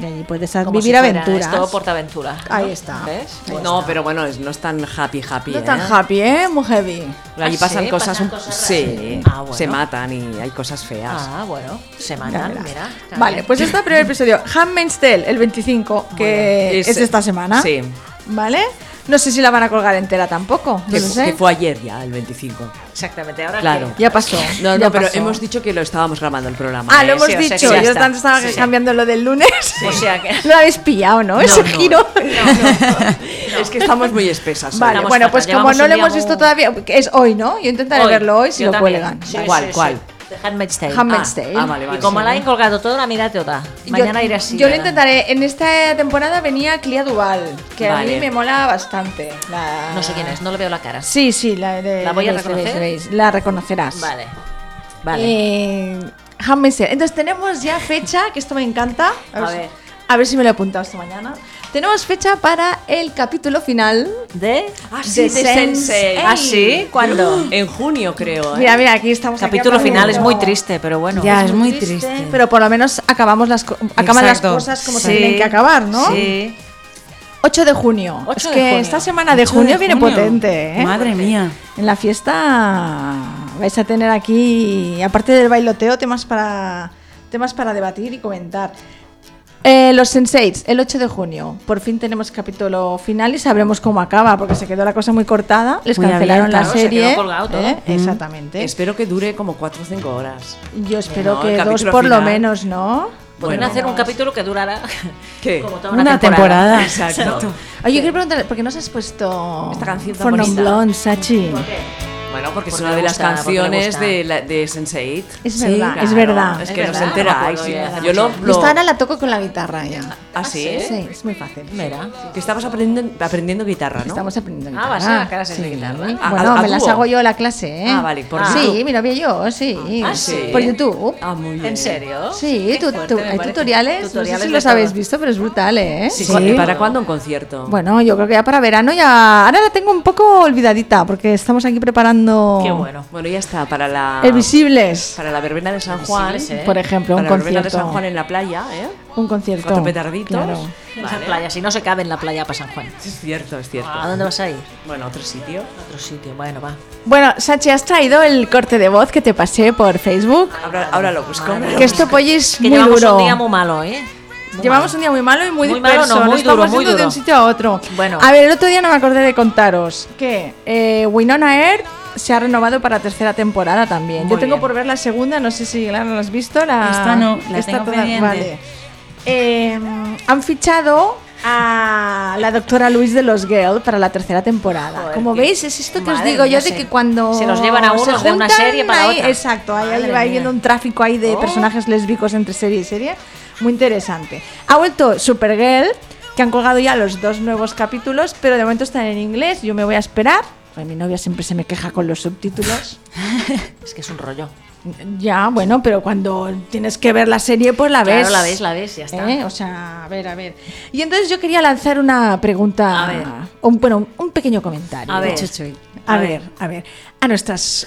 Y allí puedes Como vivir si fuera aventuras. Esto portaventura. Ahí está. ¿Ves? No, pero bueno, es- no es tan happy, happy. No ¿eh? tan happy, ¿eh? Muy heavy. Allí Ah, pasan, sí, cosas, pasan un- cosas Sí, así. Ah, bueno. se matan y hay cosas feas. Ah, bueno. Se Ya matan, verás. mira. también. Vale, pues este primer episodio, Handmaid's Tale, el 25, que Eh, es, Es- esta semana. sí. ¿Vale? No sé si la van a colgar entera tampoco. No que, lo fu- sé. que fue ayer ya, el 25. Exactamente, ahora Claro. Ya pasó. No, ya no, pero pasó. hemos dicho que lo estábamos grabando el programa. Ah, ¿eh? lo hemos sí, o sea que dicho. ya Yo está. tanto estaba Sí, sí. cambiando lo del lunes. O sea que- No lo habéis pillado, ¿no? Ese giro. Es que estamos muy espesas. hoy. Vale, Estamos bueno, fatal, pues como llevamos no un lo día hemos visto muy- todavía, que es hoy, ¿no? Yo intentaré verlo hoy si yo lo también. cuelgan. Sí, Vale. ¿Cuál, sí, cuál? sí. The Handmaid's Tale. Handmaid's Ah, Tale. ah, vale, Y vale. como sí. la han colgado toda, la mirad toda. Mañana yo, iré así. Yo lo ¿verdad? intentaré. En esta temporada venía Clea Duval, que a mí Vale. me mola bastante. La- No sé quién es, no le veo la cara. Sí, sí, la, de- ¿La voy a veis, reconocer? veis, veis, la reconocerás. Vale. Eh, Handmaid's Tale. Entonces tenemos ya fecha, que esto me encanta. A ver. a ver si me lo he apuntado esta mañana. Tenemos fecha para el capítulo final de Ah, sí, de Sense8. Eight. ¿Ah, sí? ¿Cuándo? En junio, creo. ¿eh? Mira, mira, aquí estamos. aquí Capítulo final es apuntando. muy triste, pero bueno. Ya, es muy triste. Pero por lo menos acabamos las, co- acaban las Exacto. cosas como se Sí, tienen que acabar, ¿no? Sí. 8 de junio. 8 es de que junio. esta semana de 8 de junio viene junio. potente, ¿eh? Madre mía. En la fiesta vais a tener aquí, aparte del bailoteo, temas para, temas para debatir y comentar. Eh, los Sensates, el 8 de junio. Por fin tenemos capítulo final y sabremos cómo acaba, porque se quedó la cosa muy cortada. Les Muy cancelaron abierta. la Claro, se serie. quedó colgado todo. ¿eh? Exactamente. Espero que dure como 4 o 5 horas. Yo espero No, el que dos capítulo por lo final. menos, ¿no? Pueden Bueno. hacer un capítulo que durara ¿Qué? como toda una, Una temporada. Exacto. Oye, yo quiero preguntarle, ¿por qué no se has puesto Esta canción tan For Non bonita. Blonde, Sachi? Bueno, porque es Porque una le de las gusta, porque le canciones gusta. de, la- de Sense8. Es Sí, verdad, es Claro, verdad. Es Es que no se verdad, enteráis. no me acuerdo Yo yo lo. de Yo lo- esta ahora la toco con la guitarra ya. ¿Ah, sí? Sí, es muy fácil. Mira. Que estabas aprendiendo, aprendiendo guitarra, ¿no? Estamos aprendiendo Ah, guitarra. vas a dar clases de Sí. guitarra. Ah, bueno, ¿a- a me las dúo? hago yo la clase, ¿eh? Ah, vale, por Sí, YouTube. me lo vi yo, sí. Ah, sí. Por YouTube. Ah, muy bien. ¿En serio? Sí, Qué tu- fuerte, tu- me hay parece. tutoriales, no Tutoriales sé si de los todo. habéis visto, pero es brutal, ¿eh? Sí, Sí. ¿cu- ¿Para cuándo un concierto? Bueno, yo creo que ya para verano ya... Ahora la tengo un poco olvidadita, porque estamos aquí preparando... Qué bueno. Bueno, ya está, para la. El Visibles, Para la verbena de San Juan. Visibles, ¿eh? por ejemplo, Para un la verbena de concierto. San Juan en la playa, ¿eh? Un concierto. Cuatro petarditos. Claro. Esa playa, si no se cabe en la playa para San Juan. Sí, Es cierto, es cierto. Ah, ¿A dónde vas a ir? Bueno, otro sitio. A otro sitio. Bueno, va. Bueno, Sachi, has traído el corte de voz que te pasé por Facebook. Ahora, ahora lo busco. Madre Que esto pollo es Que muy llevamos duro. un día muy malo, ¿eh? Muy Llevamos malo. un día muy malo y muy, Muy malo, disperso. no, muy Nos vamos duro, muy yendo de duro. un sitio a otro. Bueno. A ver, el otro día no me acordé de contaros que eh, Winona Earp se ha renovado para tercera temporada también. Yo Muy tengo bien. por ver la segunda, no sé si la no la has visto. La, Esta no, la tengo pendiente. Vale. Eh, han fichado a la doctora Luis de los Gale para la tercera temporada. Joder, Como qué- veis, es esto que os madre digo yo mía, de se- que cuando se los llevan a se unos de una juntan, serie para ahí- otra. Exacto, ahí, ahí Madre va mía. viendo un tráfico ahí de Oh. personajes lésbicos entre serie y serie. Muy interesante. Ha vuelto Supergirl, que han colgado ya los dos nuevos capítulos, pero de momento están en inglés. Yo me voy a esperar. Pues mi novia siempre se me queja con los subtítulos. Es que es un rollo. ya, bueno, pero cuando tienes que ver la serie, pues la Claro, ves. la ves, la ves, ya está. ¿Eh? O sea, a ver, a ver. Y entonces yo quería lanzar una pregunta, A ver. Un, bueno, un pequeño comentario. A ver. Chuchuy. A, ver, a ver. A nuestras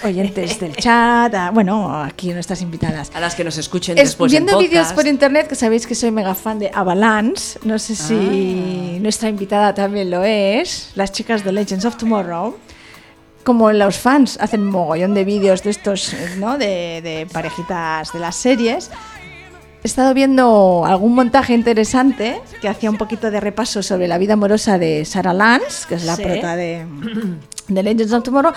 oyentes del chat, a- bueno, aquí nuestras invitadas. A las que nos escuchen Es- después en viendo vídeos podcast. por internet, que sabéis que soy mega fan de Avalanche, no sé Ah. si nuestra invitada también lo es, las chicas de Legends of Tomorrow, como los fans hacen mogollón de vídeos de estos, eh, ¿no? De, de parejitas de las series. He estado viendo algún montaje interesante que hacía un poquito de repaso sobre la vida amorosa de Sarah Lance, que es la Sí. prota de, de Legends of Tomorrow,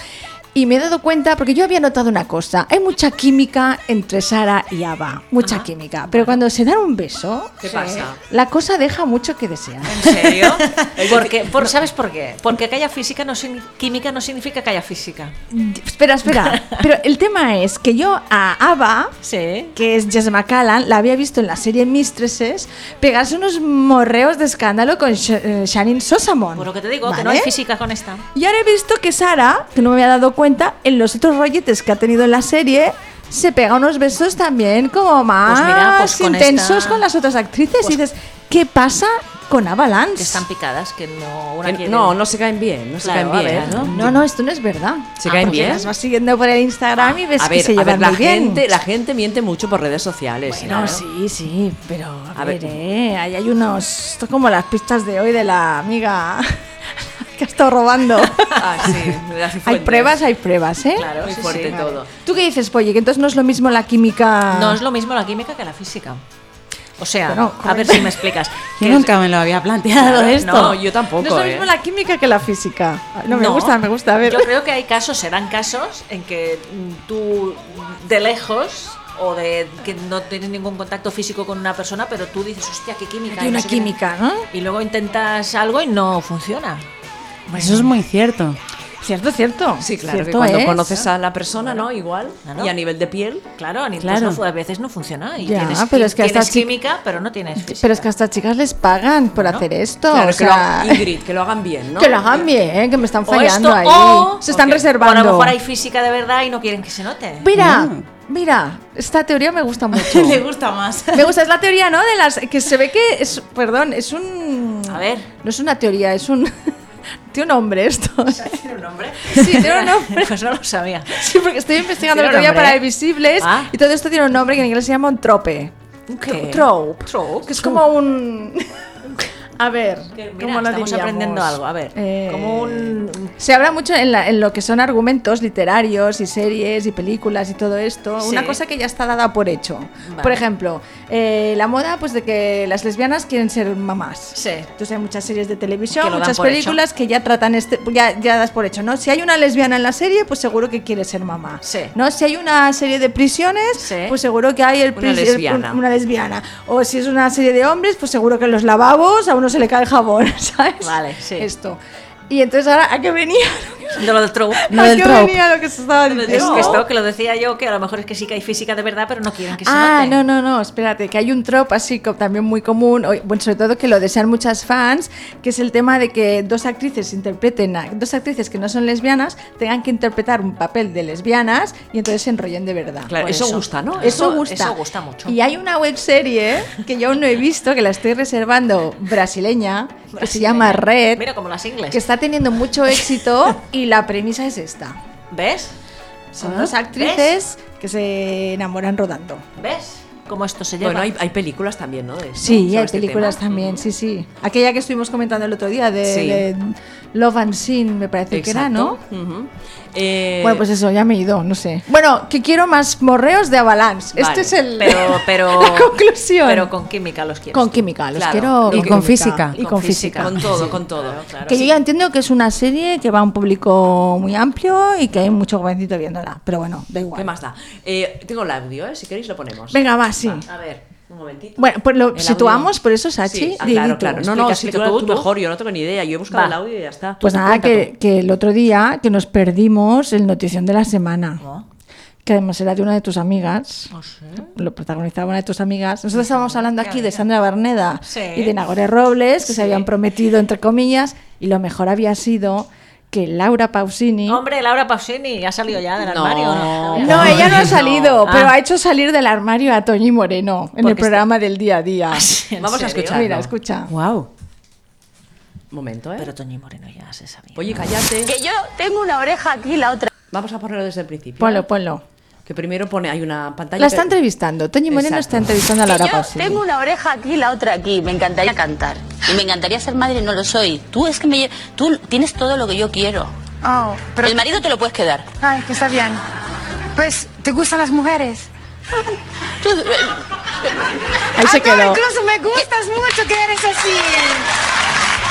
y me he dado cuenta, porque yo había notado una cosa, hay mucha química entre Sara y Ava, mucha química, pero cuando se dan un beso, ¿Qué pasa? la cosa deja mucho que desear. ¿En serio? Porque, por- ¿Sabes por qué? Porque que haya física no signi- química no significa que haya física. Eh. Espera, espera, pero el tema es que yo a Ava Sí. que es Jess McCallan, la había visto en la serie Mistresses, pegarse unos morreos de escándalo con Sh- eh, Shannon Sosamon. Por lo que te digo, que no hay ¿Vale? física con esta. Y ahora he visto que Sara, que no me había dado cuenta, en los otros rolletes que ha tenido en la serie, se pega unos besos también como más mira, pues con intensos esta- con las otras actrices. pues- y dices, ¿qué pasa con Que Avalanche? están picadas, que no... Una Que- quiere- No, no se caen bien, no se Claro, caen a bien. ver, ¿no? No, no, esto no es verdad. Ah, ¿Se caen porque bien? Las vas siguiendo por el Instagram y ves A que se ver, a llevan ver la, muy bien. gente, la gente miente mucho por redes sociales. Bueno, ¿no? sí, sí, pero a, A ver, ver. eh, ahí hay unos. Esto es como las pistas de hoy de la amiga que ha estado robando. Ah, sí, de las hay Cifuentes. pruebas, hay pruebas, ¿eh? Claro, Muy sí, fuerte sí. todo. ¿Tú qué dices, Polly? Que entonces no es lo mismo la química. No es lo mismo la química que la física. O sea, Ah. Bueno, a ver si me explicas. Yo Que- nunca me lo había planteado Claro, esto. No, yo tampoco. No es lo ¿eh? mismo la química que la física. Ay, No, me No. gusta, me gusta. A ver. Yo creo que hay casos, serán casos, en que mm, tú mm, de lejos o de que no tienes ningún contacto físico con una persona, pero tú dices, hostia, qué química. Hay y no una sé qué". química, ¿no? Y luego intentas algo y no funciona. Pues Eso es muy cierto. Cierto, cierto. Sí, claro, que Cierto ¿eh? cuando es. conoces a la persona, ¿no? Igual. Claro. Y a nivel de piel. Claro, ni- pues Claro. no fu- a veces no funciona. Y Ya, tienes, pero qui- es que hasta tienes chi- química, pero no tienes física. Pero es que hasta chicas les pagan por Bueno, hacer esto. claro, o que lo sea, hagan, Ingrid, que lo hagan bien, ¿no? que lo hagan bien, que me están o esto, fallando ahí. o- Se están porque- reservando. O a lo mejor hay física de verdad y no quieren que se note. Mira, Mm. Mira, esta teoría me gusta mucho. Le gusta más. Me gusta, es la teoría, ¿no? De las que se ve que es, perdón, es un... A ver. No es una teoría, es un... Tiene un nombre esto. ¿Tiene un nombre? Sí, tiene un nombre. Pues no lo sabía. Sí, porque estoy investigando el Tiene otro día nombre, para ¿eh? Invisibles Ah. y todo esto tiene un nombre que en inglés se llama un trope. ¿Qué? Trope. Trope. Que es como un... A ver, Mira, ¿cómo lo estamos diríamos? aprendiendo algo. A ver, Eh, como un... Se habla mucho en, la- en lo que son argumentos literarios y series y películas y todo esto. Sí. Una cosa que ya está dada por hecho. Vale. Por ejemplo, eh, la moda pues de que las lesbianas quieren ser mamás. Sí. Entonces hay muchas series de Que televisión, lo dan muchas por películas que ya tratan este, ya, ya das por hecho, ¿no? Si hay una lesbiana en la serie, pues seguro que quiere ser mamá. Sí. ¿No? Si hay una serie de prisiones, Sí. pues seguro que hay el Una pris- el- lesbiana. un- una lesbiana. O si es una serie de hombres, pues seguro que en los lavabos a uno se le cae el jabón, ¿sabes? Vale, sí. Esto. Y entonces ahora, ¿a qué venía? De lo del trope. ¿A Lo del qué trope. venía lo que se estaba Es diciendo? que esto que lo decía yo, que a lo mejor es que sí que hay física de verdad, pero no quieren que se ah, note. no, no, no, espérate, que hay un trope así co- también muy común, o- bueno, sobre todo que lo desean muchas fans, que es el tema de que dos actrices interpreten, a- dos actrices que no son lesbianas tengan que interpretar un papel de lesbianas y entonces se enrollen de verdad. Claro, Por eso, eso. gusta, ¿no? Eso, Eso- gusta. eso gusta mucho. Y hay una web serie que yo aún no he visto, que la estoy reservando, brasileña, que se Brasileña. llama Red, Mira, como las ingles. que está teniendo mucho éxito y la premisa es esta. ¿Ves? Son Ah. dos actrices que se enamoran rodando. ¿Ves? Cómo esto se lleva. Bueno, hay, hay películas también, ¿no? de esto, Sí, sobre hay este películas tema. también, sí, sí. Aquella que estuvimos comentando el otro día de, Sí. de Love and Sin, me parece que era, ¿no? Exacto. Ujú. Eh, Bueno, pues eso, ya me he ido, no sé. Bueno, que quiero más morreos de Avalanche. Vale, este es el, Pero, pero, la conclusión. Pero con química los quieres. con tú. química, los Claro. quiero. Y con física. Y con física. Con todo, con todo. Claro, Que sí. yo ya entiendo que es una serie que va a un público muy amplio y que hay mucho jovencito viéndola. Pero bueno, da igual. ¿Qué más da? Eh, tengo el audio, ¿eh? Si queréis lo ponemos. Venga, va, Ah, sí. A ver, un momentito. Bueno, pues lo El situamos audio. por eso, Sachi. Sí, ah, claro, Dieguito. claro. No, no, Explica, si tú, explica tú, tú tú. mejor, yo no tengo ni idea. Yo he buscado Va. el audio y ya está. Pues nada, que, que el otro día que nos perdimos el notición de la semana. Que además era de una de tus amigas. Lo protagonizaba una de tus amigas. Nosotros estábamos hablando aquí de Sandra Barneda Sí. y de Nagore Robles, que se habían prometido, entre comillas, y lo mejor había sido que Laura Pausini. Hombre, Laura Pausini ha salido ya del armario. No, No, ella no ha salido, Ah. pero ha hecho salir del armario a Toñi Moreno en Porque el está- programa del día a día. ¿En Vamos a serio? escucharlo. Mira, escucha. Wow. Un momento, ¿eh? Pero Toñi Moreno ya se sabía. Oye, cállate. Que yo tengo una oreja aquí, la otra. Vamos a ponerlo desde el principio. ¿eh? Ponlo, ponlo. Que primero pone, hay una pantalla. La está que- entrevistando. Toñi Moreno Exacto. está entrevistando a Que Laura yo Pausini. tengo una oreja aquí, la otra aquí. Me encantaría cantar. Y me encantaría ser madre, no lo soy. Tú es que me lle- tú tienes todo lo que yo quiero. Oh, pero... El marido te lo puedes quedar. Ay, que está bien. Pues, ¿te gustan las mujeres? Tú- Ahí se Ah, no, quedó. incluso me gustas mucho que eres así.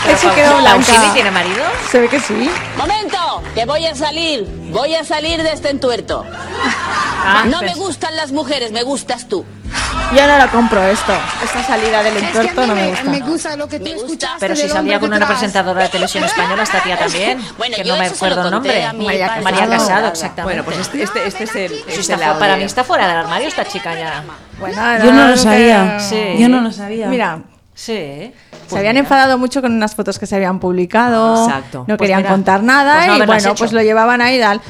Ahí se quedó ¿Pausini blanca. tiene marido? Se ve que sí. Momento, que voy a salir. Voy a salir de este entuerto. Ah, Ah, no pues. me gustan las mujeres, me gustas tú. Yo no lo compro esto. Esta salida del Es que a entuerto mí no me me, gusta. me gusta lo que tú Me gusta, escuchaste Pero si del hombre salía con una detrás. presentadora de televisión española, esta tía también. Bueno, que yo no me eso se lo acuerdo el conté nombre. a mi María padre. María Casado. Casado, exactamente. Bueno, pues este, este, este es el. Sí, es está el fu- para audio. mí está fuera del armario esta chica ya. Bueno, Yo no lo que- sabía. Sí. Yo no lo sabía. Mira, Sí. se habían enfadado mucho con unas fotos que se habían publicado. Exacto. No Pues querían mira, contar pues nada no y haberlas bueno, hecho. pues lo llevaban ahí y tal.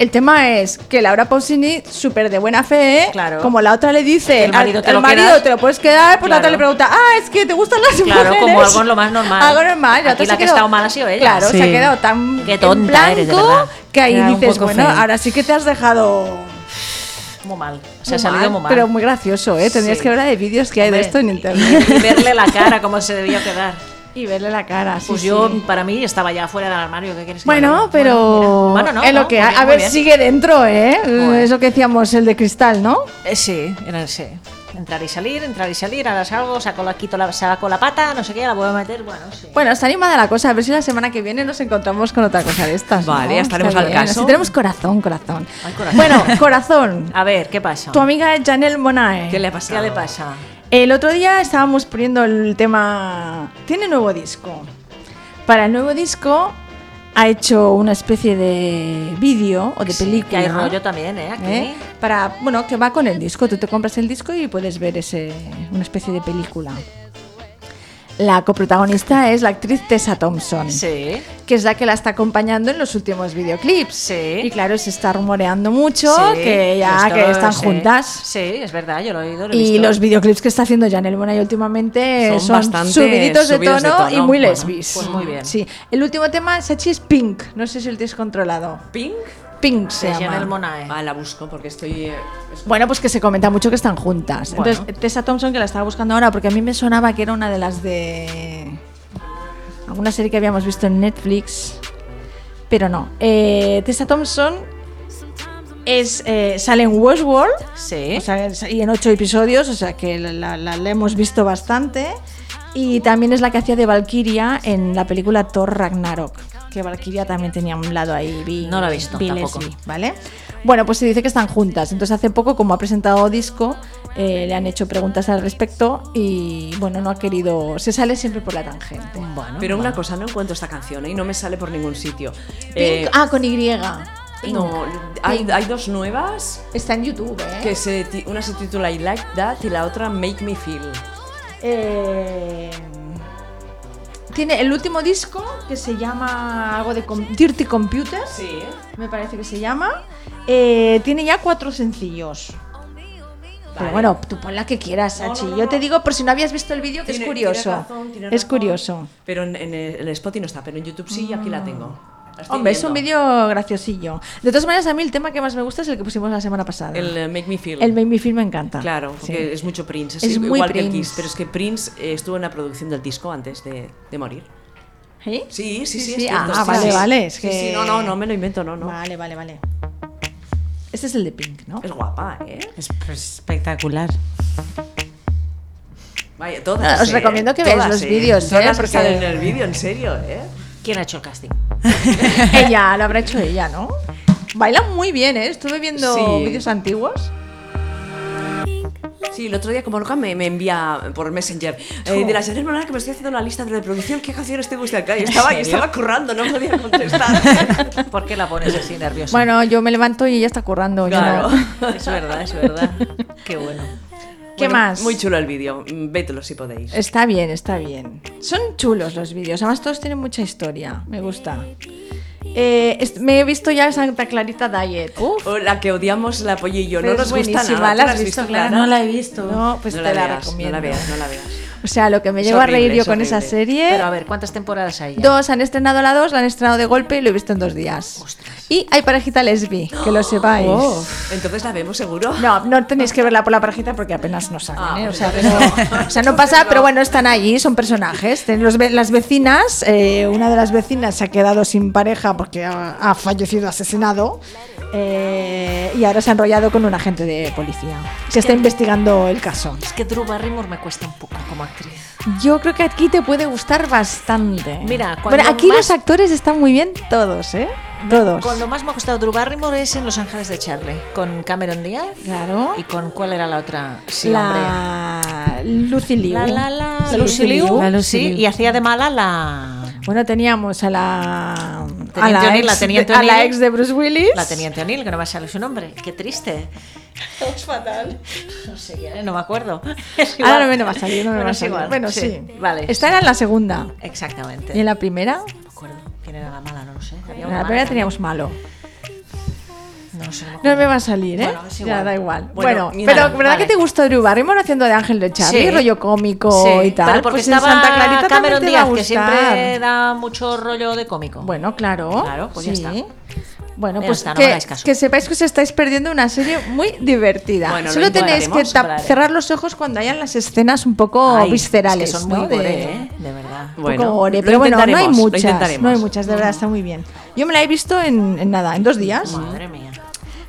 El tema es que Laura Pausini, súper de buena fe, ¿eh? Claro. como la otra le dice, El marido al- te lo marido quedas". te lo puedes quedar, pues la otra Claro. le pregunta, ah, es que te gustan las Claro, mujeres. como algo lo más normal. Algo normal. Aquí otra la se que ha quedó- estado mal ha sido ella. Claro, se ha Sí. quedado tan Qué en tonta eres, de blanco verdad. que ahí Era un dices, poco bueno, feo". ahora sí que te has dejado Muy mal. Se ha salido muy mal. Pero muy gracioso, ¿eh? Tendrías Sí. que ver la de vídeos que hay de Hombre, esto en y- internet. Y verle la cara como se debió quedar. Y verle la cara, sí, Pues sí. yo, para mí, estaba ya fuera del armario. ¿Qué quieres que Bueno, haga? pero. mira. Bueno, no, en lo no, que muy a- bien, a muy ver, bien. sigue dentro, ¿eh? Es lo que decíamos, el de cristal, ¿no? Eh, sí, era sí. Entrar y salir, entrar y salir, ahora salgo, saco la, quito la, saco la pata, no sé qué, la vuelvo a meter, bueno, sí. Bueno, está animada la cosa. A ver si la semana que viene nos encontramos con otra cosa de estas. ¿no? Vale, ya estaremos Está al bien. caso. Así tenemos corazón, corazón. Ah. Ay, corazón. Bueno, corazón. A ver, ¿qué pasa? Tu amiga Janelle Monae. ¿Qué le ha ¿Qué pasado? le pasa? El otro día estábamos poniendo el tema. Tiene nuevo disco. Para el nuevo disco ha hecho una especie de vídeo o de película. Que hay rollo también, ¿eh? Aquí. ¿eh? Para, bueno, que va con el disco. Tú te compras el disco y puedes ver ese, una especie de película. La coprotagonista es la actriz Tessa Thompson. Sí. Que es la que la está acompañando en los últimos videoclips. Y claro, se está rumoreando mucho Sí, que ya esto- que están sí. juntas. Sí, es verdad, yo lo he oído. lo he Y visto. los videoclips que está haciendo Janelle Monáe últimamente Son son, bastante subiditos de tono, subidos de tono. y muy Bueno, lesbis. pues muy bien. Sí. El último tema, Sachi, es Pink. No sé si lo tienes controlado. ¿Pink? Pink se De llama. Janelle Monáe. Ah, la busco porque estoy... eh, es- Bueno, pues que se comenta mucho que están juntas. Bueno. Entonces, Tessa Thompson, que la estaba buscando ahora, porque a mí me sonaba que era una de las de. alguna serie que habíamos visto en Netflix. Pero no. Eh, Tessa Thompson es, eh, sale en Westworld. Sí. o sea, es- y en ocho episodios, o sea que la, la- la- la hemos visto bastante. Y también es la que hacía de Valkyria en la película Thor Ragnarok. Que Valkyria también tenía un lado ahí. bi- No la he visto bi- tampoco. lesbi, ¿Vale? Bueno, pues se dice que están juntas. Entonces hace poco, como ha presentado disco, eh, le han hecho preguntas al respecto y bueno, no ha querido. Se sale siempre por la tangente. Bueno, Pero una cosa, no encuentro esta canción ¿eh? y no me sale por ningún sitio. Eh, Pink- ah, con Y. no, hay, hay dos nuevas Está en YouTube, ¿eh? que se, ti- una se titula I Like That y la otra Make Me Feel. Eh, Tiene el último disco que se llama algo de com- Dirty Computers, Sí. ¿eh? me parece que se llama. Eh, tiene ya cuatro sencillos. Pero bueno, tú pon la que quieras, No, no, Sachi. no, Yo no. te digo por si no habías visto el vídeo que Tiene- es tiene curioso. razón, tiene es razón. curioso. Pero en, en el, en el Spotify no está, pero en YouTube sí y aquí la tengo. La estoy Hombre, es un viendo. vídeo graciosillo. De todas maneras, a mí el tema que más me gusta es el que pusimos la semana pasada. El eh, Make Me Feel. El Make Me Feel me encanta. Claro, porque Sí. es mucho Prince. Es, Es muy igual que el Prince. Kiss, pero es que Prince eh, estuvo en la producción del disco antes de, de morir. ¿Sí? Sí, sí, sí. Sí, es sí, cierto, ah, sí, vale, sí. vale, es Sí, que- sí, no, no, no me lo invento, no, no. Vale, vale, vale. Este es el de Pink, ¿no? Es guapa, ¿eh? Es espectacular. Vaya, todas. Ah, Os eh, recomiendo que veáis todas, los eh. vídeos, eh, Todas que porque- salen en el vídeo, en serio, ¿eh? ¿Quién ha hecho el casting? ella, lo habrá hecho ella, ¿no? Baila muy bien, ¿eh? Estuve viendo Sí. vídeos antiguos. Sí, el otro día como loca me, me envía por Messenger eh, de la Janelle Monáe que me estoy haciendo una lista de reproducción, ¿qué canciones te gustan? Claro, yo estaba, yo serio? estaba currando, no podía contestar. ¿Por qué la pones así nerviosa? Bueno, yo me levanto y ella está currando. yo Claro. no. es verdad, es verdad. Qué bueno. ¿Qué Bueno, más? Muy chulo el vídeo, mm, vételo si podéis. Está bien, está bien. Son chulos los vídeos, además todos tienen mucha historia. Me gusta. Eh, est- me he visto ya Santa Clarita Diet. Uf, O la que odiamos la pollo y yo, Pero no nos es gusta nada. buenísima, ¿Tú ¿la has la has visto, visto, Clara? Clara? No la he visto. no, pues No te la, veas, recomiendo. No la veas, no la veas. O sea, lo que me Es llevo a horrible, reír yo es con esa horrible. serie. Pero a ver, ¿cuántas temporadas hay? ya? Dos han estrenado la dos, la han estrenado de golpe y lo he visto en dos días. Y hay parejita lesbi, que lo sepáis. Entonces la vemos seguro. No, no tenéis que verla por la parejita porque apenas no salen. Ah, ¿eh? o, pues sea, entonces que no- no. o sea, no pasa, pero bueno, están allí, son personajes. Ten- los ve- las vecinas, eh, una de las vecinas se ha quedado sin pareja porque ha, ha fallecido asesinado. eh, y ahora se ha enrollado con un agente de policía que está investigando el caso. Es que Drew Barrymore me cuesta un poco como actriz. Yo creo que aquí te puede gustar bastante. Mira, bueno, cuando aquí más- los actores están muy bien todos, ¿eh? Todos. Cuando más me ha gustado Drew Barrymore es en Los Ángeles de Charlie, con Cameron Díaz. Claro. ¿Y con cuál era la otra? Sí, hombre. la Lucy Liu. La, la, la, Sí. Lucy Liu. La Lucy sí, Liu. y hacía de mala la, Bueno, teníamos a la a Teniente la, O'Neill, la ex, Teniente de, a la O'Neill. ex de Bruce Willis. la Teniente O'Neill, que no me sale su nombre. Qué triste. Es fatal. No sé quién, es, no me acuerdo. Es igual. Ahora no me va a salir, no me Bueno, va a es salir. igual, Bueno, sí. Vale. Esta era en la segunda. Exactamente. ¿Y en la primera? No me acuerdo quién era la mala, no lo sé. Había una En la mala primera también. teníamos malo. No lo sé. no me No acuerdo. me va a salir, ¿eh? Bueno, es Ya igual. da igual. Bueno, Bueno, pero mira, ¿verdad vale. que te gustó Drew Barrymore haciendo de Ángel de Charlie? Sí. Rollo cómico Sí, y tal. Pero porque pues en estaba Santa Clarita también Cameron te va a Díaz, que gustar. siempre da mucho rollo de cómico. Bueno, claro. Claro, pues ya está. Bueno, Ya pues está, no me que, hagáis caso. que sepáis que os estáis perdiendo una serie muy divertida. Bueno, lo Solo tenéis que intentaremos, tap- vale. cerrar los ojos cuando hayan las escenas un poco Ay, viscerales. es que son muy ¿no? gore, De- ¿eh? de verdad. un poco Bueno, gore, lo pero bueno, no hay intentaremos, lo muchas. intentaremos. No hay muchas, de verdad, está muy bien. Yo me la he visto en, en nada, en dos días. Madre mía.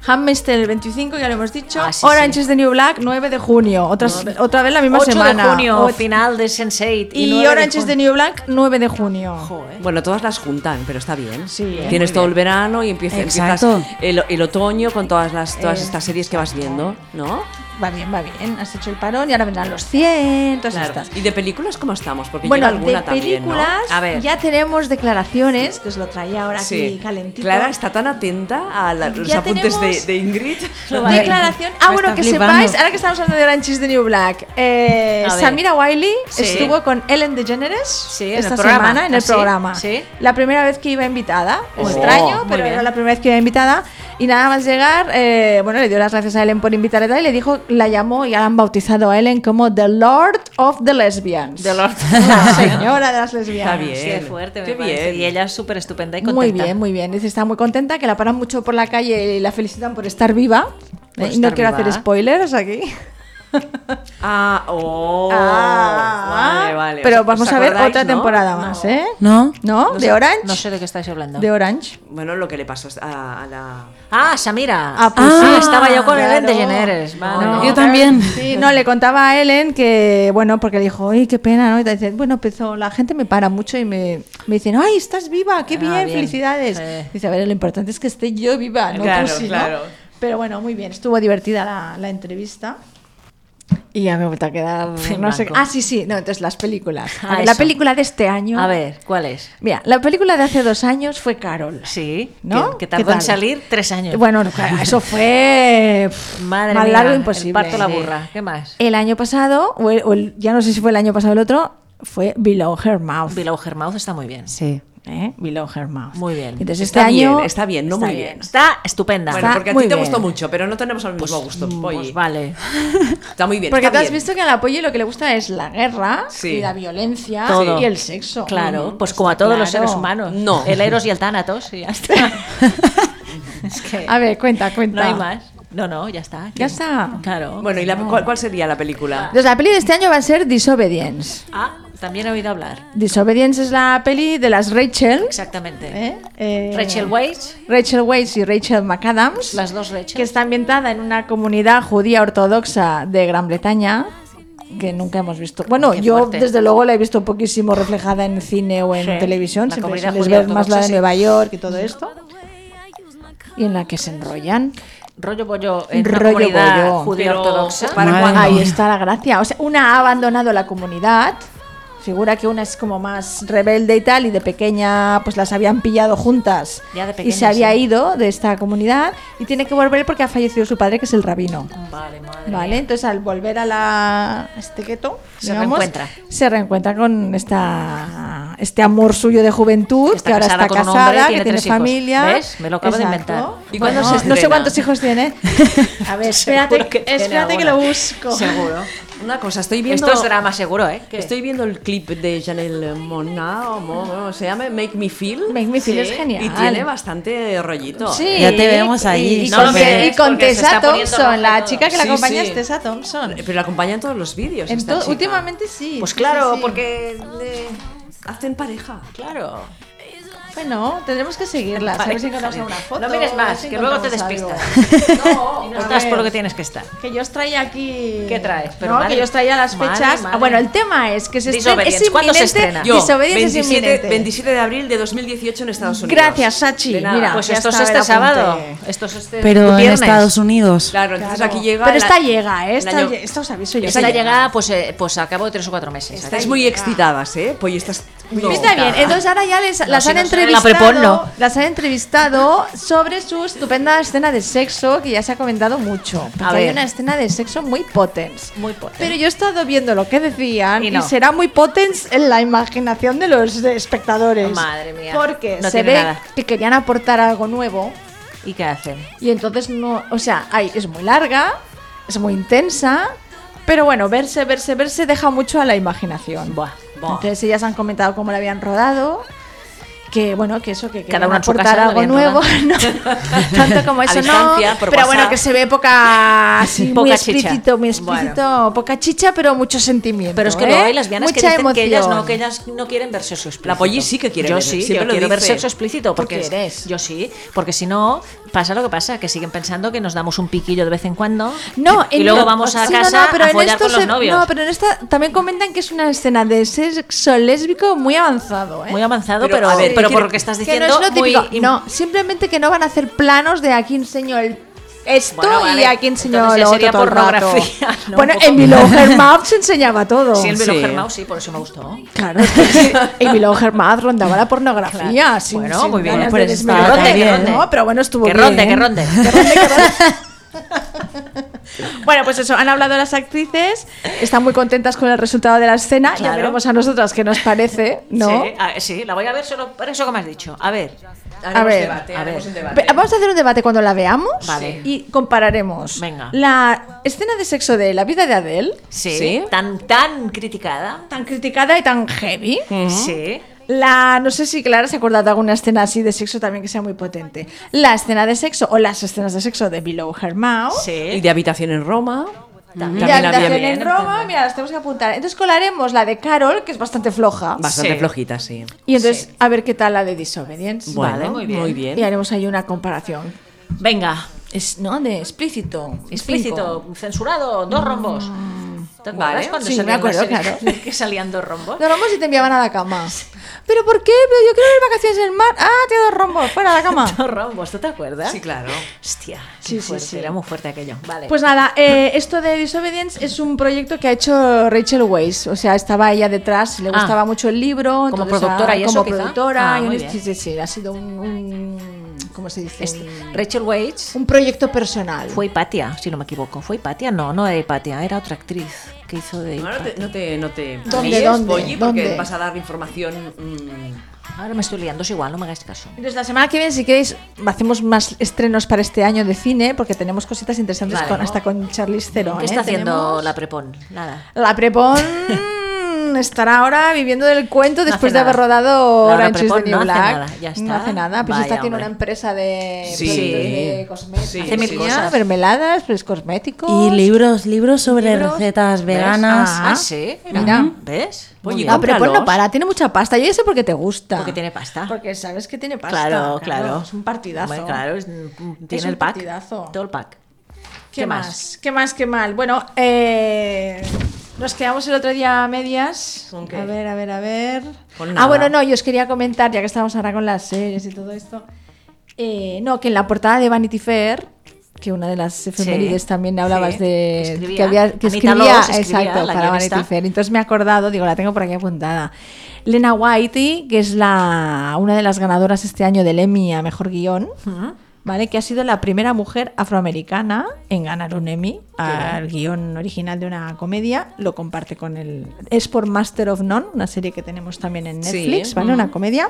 Handmaid's Tale el 25, ya lo hemos dicho. Ah, sí, Orange sí. is the New Black, 9 de junio. Otras- Otra vez la misma 8 semana. de junio, O- final de eh. Sense8. y Orange is the New Black, 9 de junio. Bueno, todas las juntan, pero está bien. Sí, ¿eh? Tienes todo el verano y empieza, empiezas Exacto. Eh, el, el otoño con todas las todas estas series que vas viendo, ¿no? va bien, va bien. Has hecho el parón y ahora vendrán los 100, todas Claro. estas. ¿Y de películas cómo estamos? Porque Bueno, llega alguna de también, ¿no? películas A ver. ya tenemos declaraciones, que os lo traía ahora Sí. aquí calentito. Clara está tan atenta a la- los Ya apuntes de, tenemos de Ingrid. Declaración. Ah, bueno, que sepáis, ahora que estamos hablando de Orange is the New Black, eh, A ver. Samira Wiley Sí. estuvo con Ellen DeGeneres en el esta programa. semana en Ah, el sí, programa. sí. La primera vez que iba invitada, Muy bien, extraño, muy pero bien. era la primera vez que iba invitada. Y nada más llegar, eh, bueno, le dio las gracias a Ellen por invitarla y tal, y le dijo, la llamó y ahora han bautizado a Ellen como The Lord of the Lesbians. The Lord. La señora de las lesbianas. Qué fuerte, me Ah, Qué parece. bien. Y ella es súper estupenda y Muy contenta. bien, muy bien. Dice, está muy contenta, que la paran mucho por la calle y la felicitan por estar viva. Por Eh, estar no quiero viva. hacer spoilers aquí. Oh, Ah, oh. Ah, vale, vale. Pero ¿Os vamos a ver acordáis, otra no? temporada más, ¿eh? ¿No? No ¿No? ¿De sé- Orange? No sé de qué estáis hablando. ¿De Orange? Bueno, lo que le pasó a, a la. Ah, Samira. Ah, pues Ah, sí. estaba yo con Claro. Ellen DeGeneres. Vale. No, Yo también. Sí, no, le contaba a Ellen que, bueno, porque le dijo, ay, qué pena, ¿no? Y te dice, bueno, empezó, la gente me para mucho y me, me dicen, ay, estás viva, qué bien, bien. felicidades. Sí. Dice, a ver, lo importante es que esté yo viva, no Claro, tú sí, ¿no?". claro. Pero bueno, muy bien, estuvo divertida la, la entrevista. Y ya me he vuelto a quedar. En no sé- blanco. ah, sí, sí, no, entonces las películas. A Ah, ver, la eso. película de este año. A ver, ¿cuál es? Mira, la película de hace dos años fue Carol. Sí, ¿No? que, ¿Qué que tardó en tal? salir tres años. Bueno, no, claro, eso fue pff, madre más mía, largo el imposible. parto la Sí. burra. ¿Qué más? El año pasado, o, el- o el- ya no sé si fue el año pasado o el otro, fue Below Her Mouth. Below Her Mouth está muy bien. Sí. ¿eh? Below Her Mouth. Muy bien. Entonces Está este bien, año está bien, no muy bien. Está estupenda. Bueno, Está porque a Ah, muy ti te bien. mm, gustó mucho, pero no tenemos el mismo gusto. Oye, Pues vale. Está muy bien. Porque está te has bien. visto que al apoyo lo que le gusta es la guerra Sí. y la violencia Todo. Ah, y el sexo. Claro, Mm, pues está como a todos los claro. seres humanos. No. El Eros y el Tánatos y ya está. es que A ver, cuenta, cuenta. no hay más. No, no, ya está. Ya está. Claro. Bueno, ¿y la, cuál, cuál sería la película? Entonces la peli de este año va a ser Disobedience. Ah, también he oído hablar. Disobedience es la peli de las Rachel. Exactamente. ¿eh? Eh, Rachel Weisz, Rachel Weisz y Rachel McAdams. las dos Rachel. que está ambientada en una comunidad judía ortodoxa de Gran Bretaña que nunca hemos visto. Bueno, Qué yo fuerte. desde luego la he visto poquísimo reflejada en cine o en Sí, televisión, la siempre comunidad sueles judía ver más la de ortodoxa, Nueva York y todo esto. Y en la que se enrollan. rollo bollo en una Rollo comunidad bollo. judía Pero, ortodoxa. ¿para Madre cuándo? mía. Ah, Ahí está la gracia. O sea, una ha abandonado la comunidad. Figura que una es como más rebelde y tal, y de pequeña pues las habían pillado juntas. Ya de y pequeña, se había sí. ido de esta comunidad y tiene que volver porque ha fallecido su padre, que es el rabino. Vale, madre Vale, mía. entonces al volver a la a este gueto, Se digamos, reencuentra. Se reencuentra con esta este amor suyo de juventud, Que está que ahora casada está con un casada, hombre y tiene que tiene tres hijos. familia. ¿Ves? Me lo acabo de inventar. ¿Y cuándo Bueno, se no sé estrena? cuántos hijos tiene. A ver, espérate, Seguro que tiene espérate que lo alguna. busco. Seguro. Una cosa, estoy viendo. Esto es drama seguro, ¿eh? ¿Qué? Estoy viendo el clip de Janelle Mona, o Mo- ¿cómo se llama Make Me Feel. Make Me Feel es genial. Y tiene bastante rollito. Sí, Ya te vemos ahí, Y, y No con, lo mires, y con porque se Tessa está poniendo roja Thompson, y la todo. chica que la Sí, acompaña sí. es Tessa Thompson. Pero la acompaña en todos los vídeos. En esta to- chica. últimamente sí. Pues sí, claro, sí, sí. porque. Eh, Hacen pareja. Claro. Bueno, tendremos que seguirla. a ver si encontramos alguna foto. No mires a ver más, si que luego te encontramos algo. despistas. No, y a no estás ver. por lo que tienes que estar. Que yo os traía aquí. ¿Qué traes? Pero Pero no, madre- que yo os traía las madre, fechas. Ah, madre. Bueno, el tema es que se estrena. Disobedience. Es ¿Cuándo se inminente. estrena? Yo, Disobedience es 27, inminente. 27 de abril de 2018 en Estados Unidos. Gracias, Sachi. De nada. Mira, Pues ya esto es estaba este el apunte. sábado. Esto es este Pero en viernes. Estados Unidos. Claro, entonces Claro. aquí llega. Pero la- esta llega, ¿eh? Esta, la- lle- esta os aviso yo. Esta llegada, pues, eh, pues a cabo de tres o cuatro meses. Estáis muy excitadas, ¿eh? Pues estás. Pues Está bien, entonces ahora ya les, las si han no sale la entrevistado. prepon, no. Las han entrevistado sobre su estupenda escena de sexo que ya se ha comentado mucho. Porque A hay ver. una escena de sexo muy potens. Muy potente. Pero yo he estado viendo lo que decían Y y, no. será muy potens en la imaginación de los eh, espectadores. Madre mía. Porque No se tiene ve nada. que querían aportar algo nuevo ¿Y qué hacen? y entonces no, o sea, hay- es muy larga, es muy intensa, pero bueno, verse, verse, verse deja mucho a la imaginación. Buah, buah. Entonces ellas han comentado cómo la habían rodado. Que bueno, que eso, que Cada querían una en su aportar casa la algo habían nuevo. rodado. no, tanto como A eso, no. distancia, por Pero WhatsApp. bueno, que se ve poca, así, muy Poca chicha. explícito, muy explícito, poca chicha, pero mucho sentimiento. Pero es que ¿eh? luego hay lesbianas que Mucha dicen que ellas no, emoción. que ellas no quieren ver sexo explícito. La Polly sí que quiere yo ver- sí, siempre yo lo quiero ver dice. sexo explícito. Porque quieres? Yo sí, porque si no, pasa lo que pasa, que siguen pensando que nos damos un piquillo de vez en cuando No, y en- luego vamos a sí, no, casa no, pero a en follar esto con los se- novios. No, pero en esta también comentan que es una escena de sexo lésbico muy avanzado, ¿eh? Muy avanzado, Pero, pero, a pero, ver, por quiero- lo que estás que diciendo, no es lo muy típico. im- No, simplemente que no van a hacer planos de aquí enseño el Esto Bueno, vale. y aquí enseñó Entonces ya lo sería otro todo el rato. pornografía, ¿no? Bueno, Un poco. en Below Map se enseñaba todo. Sí, el Below Mouse, sí, por eso me gustó. Claro, es que sí, en Below Map rondaba la pornografía. sin- Bueno, sin muy bien, ganas por de eso desmerecer. estaba Que bien. ronde. No, pero bueno, estuvo Que bien. ronde, que ronde. Que ronde, que ronde. Bueno, pues eso, han hablado las actrices, están muy contentas con el resultado de la escena, ya Claro. veremos a nosotras qué nos parece, ¿no? Sí, a- sí, la voy a ver solo por eso que me has dicho. A ver. Haremos ver. debate, a ver. Ve- Vamos a hacer un debate cuando la veamos Vale. y compararemos Venga. la escena de sexo de la vida de Adele, Sí, Tan, tan criticada. tan criticada y tan heavy. Sí. La, no sé si Clara se ha acordado de alguna escena así de sexo también que sea muy potente. La escena de sexo o las escenas de sexo de Below Her Mouth. Y de habitación en Roma. Y También, de había Habitación bien. en Roma, mira, las tenemos que apuntar. Entonces colaremos la de Carol, que es bastante floja. Bastante Sí. flojita, sí. Y entonces, a ver qué tal la de Disobedience. Bueno, Vale, muy bien. Muy Y bien. haremos ahí una comparación. Venga. Es, ¿No? De explícito. Explícito, censurado, dos rombos. ¿Te acuerdas Vale. cuando Sí, me salían acuerdo, las series claro. que salían dos rombos? Dos rombos y te enviaban a la cama. ¿Pero por qué? Pero yo quiero ir de vacaciones en el mar. Ah, tío, dos rombos, fuera a la cama. Dos rombos, ¿tú te acuerdas? Sí, claro. Hostia, qué Sí, sí, fuerte, sí. era muy fuerte aquello. Vale. Pues nada, eh, esto de Disobedience es un proyecto que ha hecho Rachel Weisz. O sea, estaba ella detrás, le Ah. gustaba mucho el libro. Como entonces, productora ah, y como eso, quizá. productora. Ah, y muy un- bien. sí, sí, sí, ha sido un, un- ¿Cómo se dice? Es- Un- este, Rachel Waits un proyecto personal. mm. fue Hipatia, si no me equivoco. ¿Fue Hipatia? No, no era Hipatia, era otra actriz que hizo de Ahora Hipatia. te- no te, no te ¿Dónde, líes, dónde, Polly, porque dónde? vas a dar información. mm, Ahora me estoy liando, es igual, no me hagáis caso. Entonces, la semana que viene, si queréis, hacemos más estrenos para este año de cine, porque tenemos cositas interesantes Vale. con- hasta con Charlize Theron. ¿Qué está ¿eh? haciendo Tenemos- la prepon? Nada. La Prepon estará ahora viviendo del cuento hace después de haber nada. rodado Laura Orange is the Prepon New no hace Black. nada, ya está. No hace nada, pues Vaya, está tiene hombre. una empresa de, Sí. productos de cosméticos, Sí, Hace mil de cosas. mermeladas, pues cosméticos. Y libros, libros sobre Libros. recetas veganas. Ah, sí. Mira. Mira. ¿Ves? Oye, Muy bien. Ah, La Prepon no cómpralos. para, tiene mucha pasta. Yo ya sé por qué te gusta. Porque tiene pasta. Porque sabes que tiene pasta. Claro, claro. Es un partidazo. Hombre, claro, es- mm, tiene un el pack. partidazo. Todo el pack. ¿Qué, más? ¿Qué más? ¿Qué mal? Bueno, eh, nos quedamos el otro día a medias. ¿Con qué? A ver, a ver, a ver. Con Ah, nada. bueno, no, yo os quería comentar, ya que estamos ahora con las series y todo esto. eh, no, que en la portada de Vanity Fair, que una de las efemérides también hablabas sí, de. que escribía. que había, Anita que escribía, Loos escribía, exacto, la para guionista. Vanity Fair. Entonces me he acordado, digo, la tengo por aquí apuntada. Lena Whitey, que es la, una de las ganadoras este año del Emmy a mejor guión. ¿vale? Que ha sido la primera mujer afroamericana en ganar un Emmy al guión original de una comedia. Lo comparte con el. Es por Master of None, una serie que tenemos también en Sí. Netflix, ¿vale? Una comedia.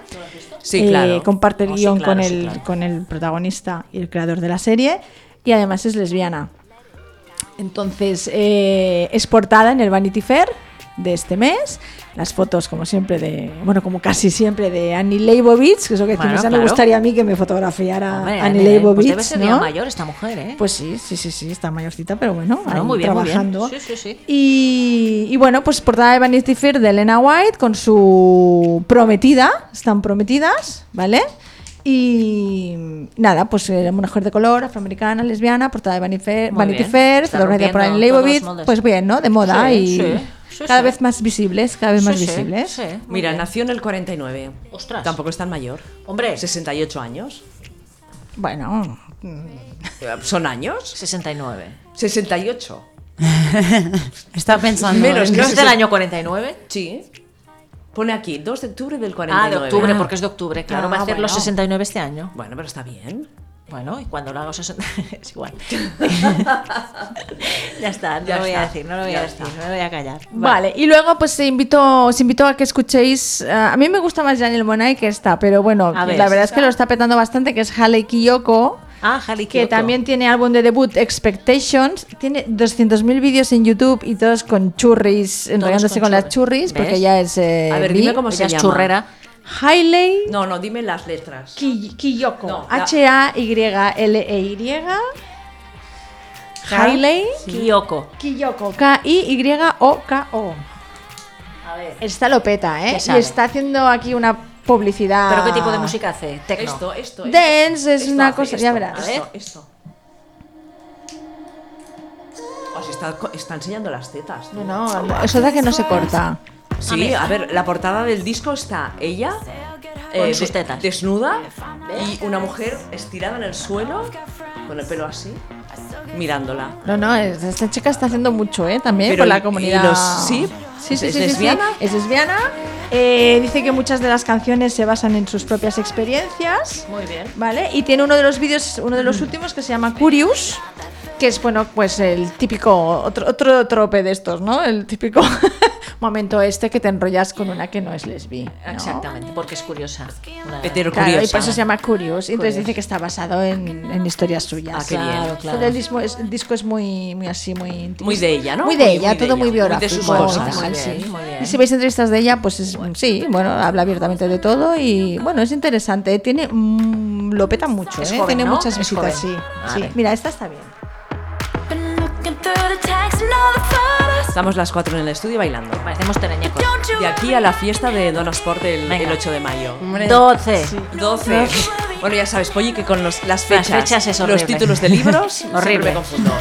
Sí, Eh, claro. Comparte el Oh, sí, guión claro, con, sí, el, claro. con el protagonista y el creador de la serie. Y además es lesbiana. Entonces, eh, es portada en el Vanity Fair de este mes. Las fotos, como siempre, de. Bueno, como casi siempre, de Annie Leibovitz, que es lo que decimos. Bueno, ya claro. me gustaría a mí que me fotografiara Hombre, Ah, Annie nene, Leibovitz. Pues debe ser ya ¿no? mayor esta mujer, ¿eh? Pues sí, sí, sí, sí, está mayorcita, pero bueno, No, ahí muy bien, muy bien. trabajando. Sí, sí, sí. Y, y bueno, pues portada de Vanity Fair de Elena White con su prometida, están prometidas, ¿vale? Y nada, pues era una mujer de color, afroamericana, lesbiana, portada de Vanity Fair, Muy Vanity bien. Fair Está fotografía por Anne rompiendo todos los Leibovitz, moldes. pues bien, ¿no? De moda Sí, y sí, sí, cada sí. vez más visibles, cada vez Sí, más sí, visibles. sí, muy Mira, bien. nació en el 49. Ostras. Tampoco es tan mayor. Hombre. 68 años. Bueno, ¿Son años? 69. 68. Está pensando. Menos en- que ¿eh? ¿No es del año 49? Sí. Pone aquí, 2 de octubre del Ah, 49. de octubre, porque es de octubre, claro. Ah, va a hacer los bueno. 69 este año. Bueno, pero está bien. Bueno, y cuando lo haga 60 es igual. ya está, no Ya lo voy a está, decir, no lo voy ya a decir, está. no me voy a callar. Vale, y luego pues te invito, os invito a que escuchéis, eh, a mí me gusta más Daniel Monay que esta, pero bueno, A ver. la verdad es que lo está petando bastante, que es Haley Kiyoko, Ah, Haley que Kiyoko. también tiene álbum de debut Expectations, tiene 200.000 vídeos en YouTube y todos con churris, enrollándose con con, las churris. churris, porque ¿Ves? ella es... eh, A ver, bi. dime cómo se Ella es llama. churrera. Hailey No, no, dime las letras. Ki- Kiyoko, No, la- H-A-Y-L-E-Y, Hailey Kiyoko. Kiyoko, K-I-Y-O-K-O. A ver. Esta lo peta, ¿eh? Ya sabe. Y está haciendo aquí una publicidad. ¿Pero qué tipo de música hace? Tecno. Esto, esto. esto. Dance es Esto una hace cosa. esto, ya verás. ver. Esto, esto. Os está, co- está enseñando las tetas. tú. No, no, eso da que no se corta. Sí, a ver, la portada del disco está ella eh, Con sus de- tetas. desnuda y una mujer estirada en el suelo con el pelo así. mirándola. No, no, es- esta chica está haciendo mucho, ¿eh? También Pero por y- la y comunidad. los- sí, sí, sí, es sí, sí, sí. lesbiana. Es lesbiana. Eh, dice que muchas de las canciones se basan en sus propias experiencias. Muy bien. ¿Vale? Y tiene uno de los vídeos, uno de los últimos que se llama Curious, que es, bueno, pues el típico, otro, otro trope de estos, ¿no? El típico momento este que te enrollas con una que no es lesbi. ¿no? Exactamente, porque es curiosa. Una- Claro, y por eso se llama Curious. Y Entonces dice que está basado en, en historias suyas. Ah, qué bien. Claro, claro. Todo El, dismo- es- el disco es muy, muy así, muy íntimo. Muy de ella, ¿no? Muy de Muy- ella, muy de todo ella, muy muy de biográfico. sus muy cosas. tal, Muy bien, sí. muy bien. Y si veis entrevistas de ella, pues es, sí, bueno, habla abiertamente de todo y bueno, es interesante. Tiene, mm, lo peta mucho, Es ¿eh? joven, tiene ¿no? muchas Es visitas, sí. joven. sí. Vale. Mira, esta está bien. Been looking through the text and all the photos. Estamos las cuatro en el estudio bailando. Parecemos teleñecos. De aquí a la fiesta de Donna Sport el, Venga. el 8 de mayo. Hombre. 12. Sí. 12. Bueno, ya sabes, Polly, que con los- las Las fechas, fechas es horrible. los títulos de libros, siempre Horrible. me confundo.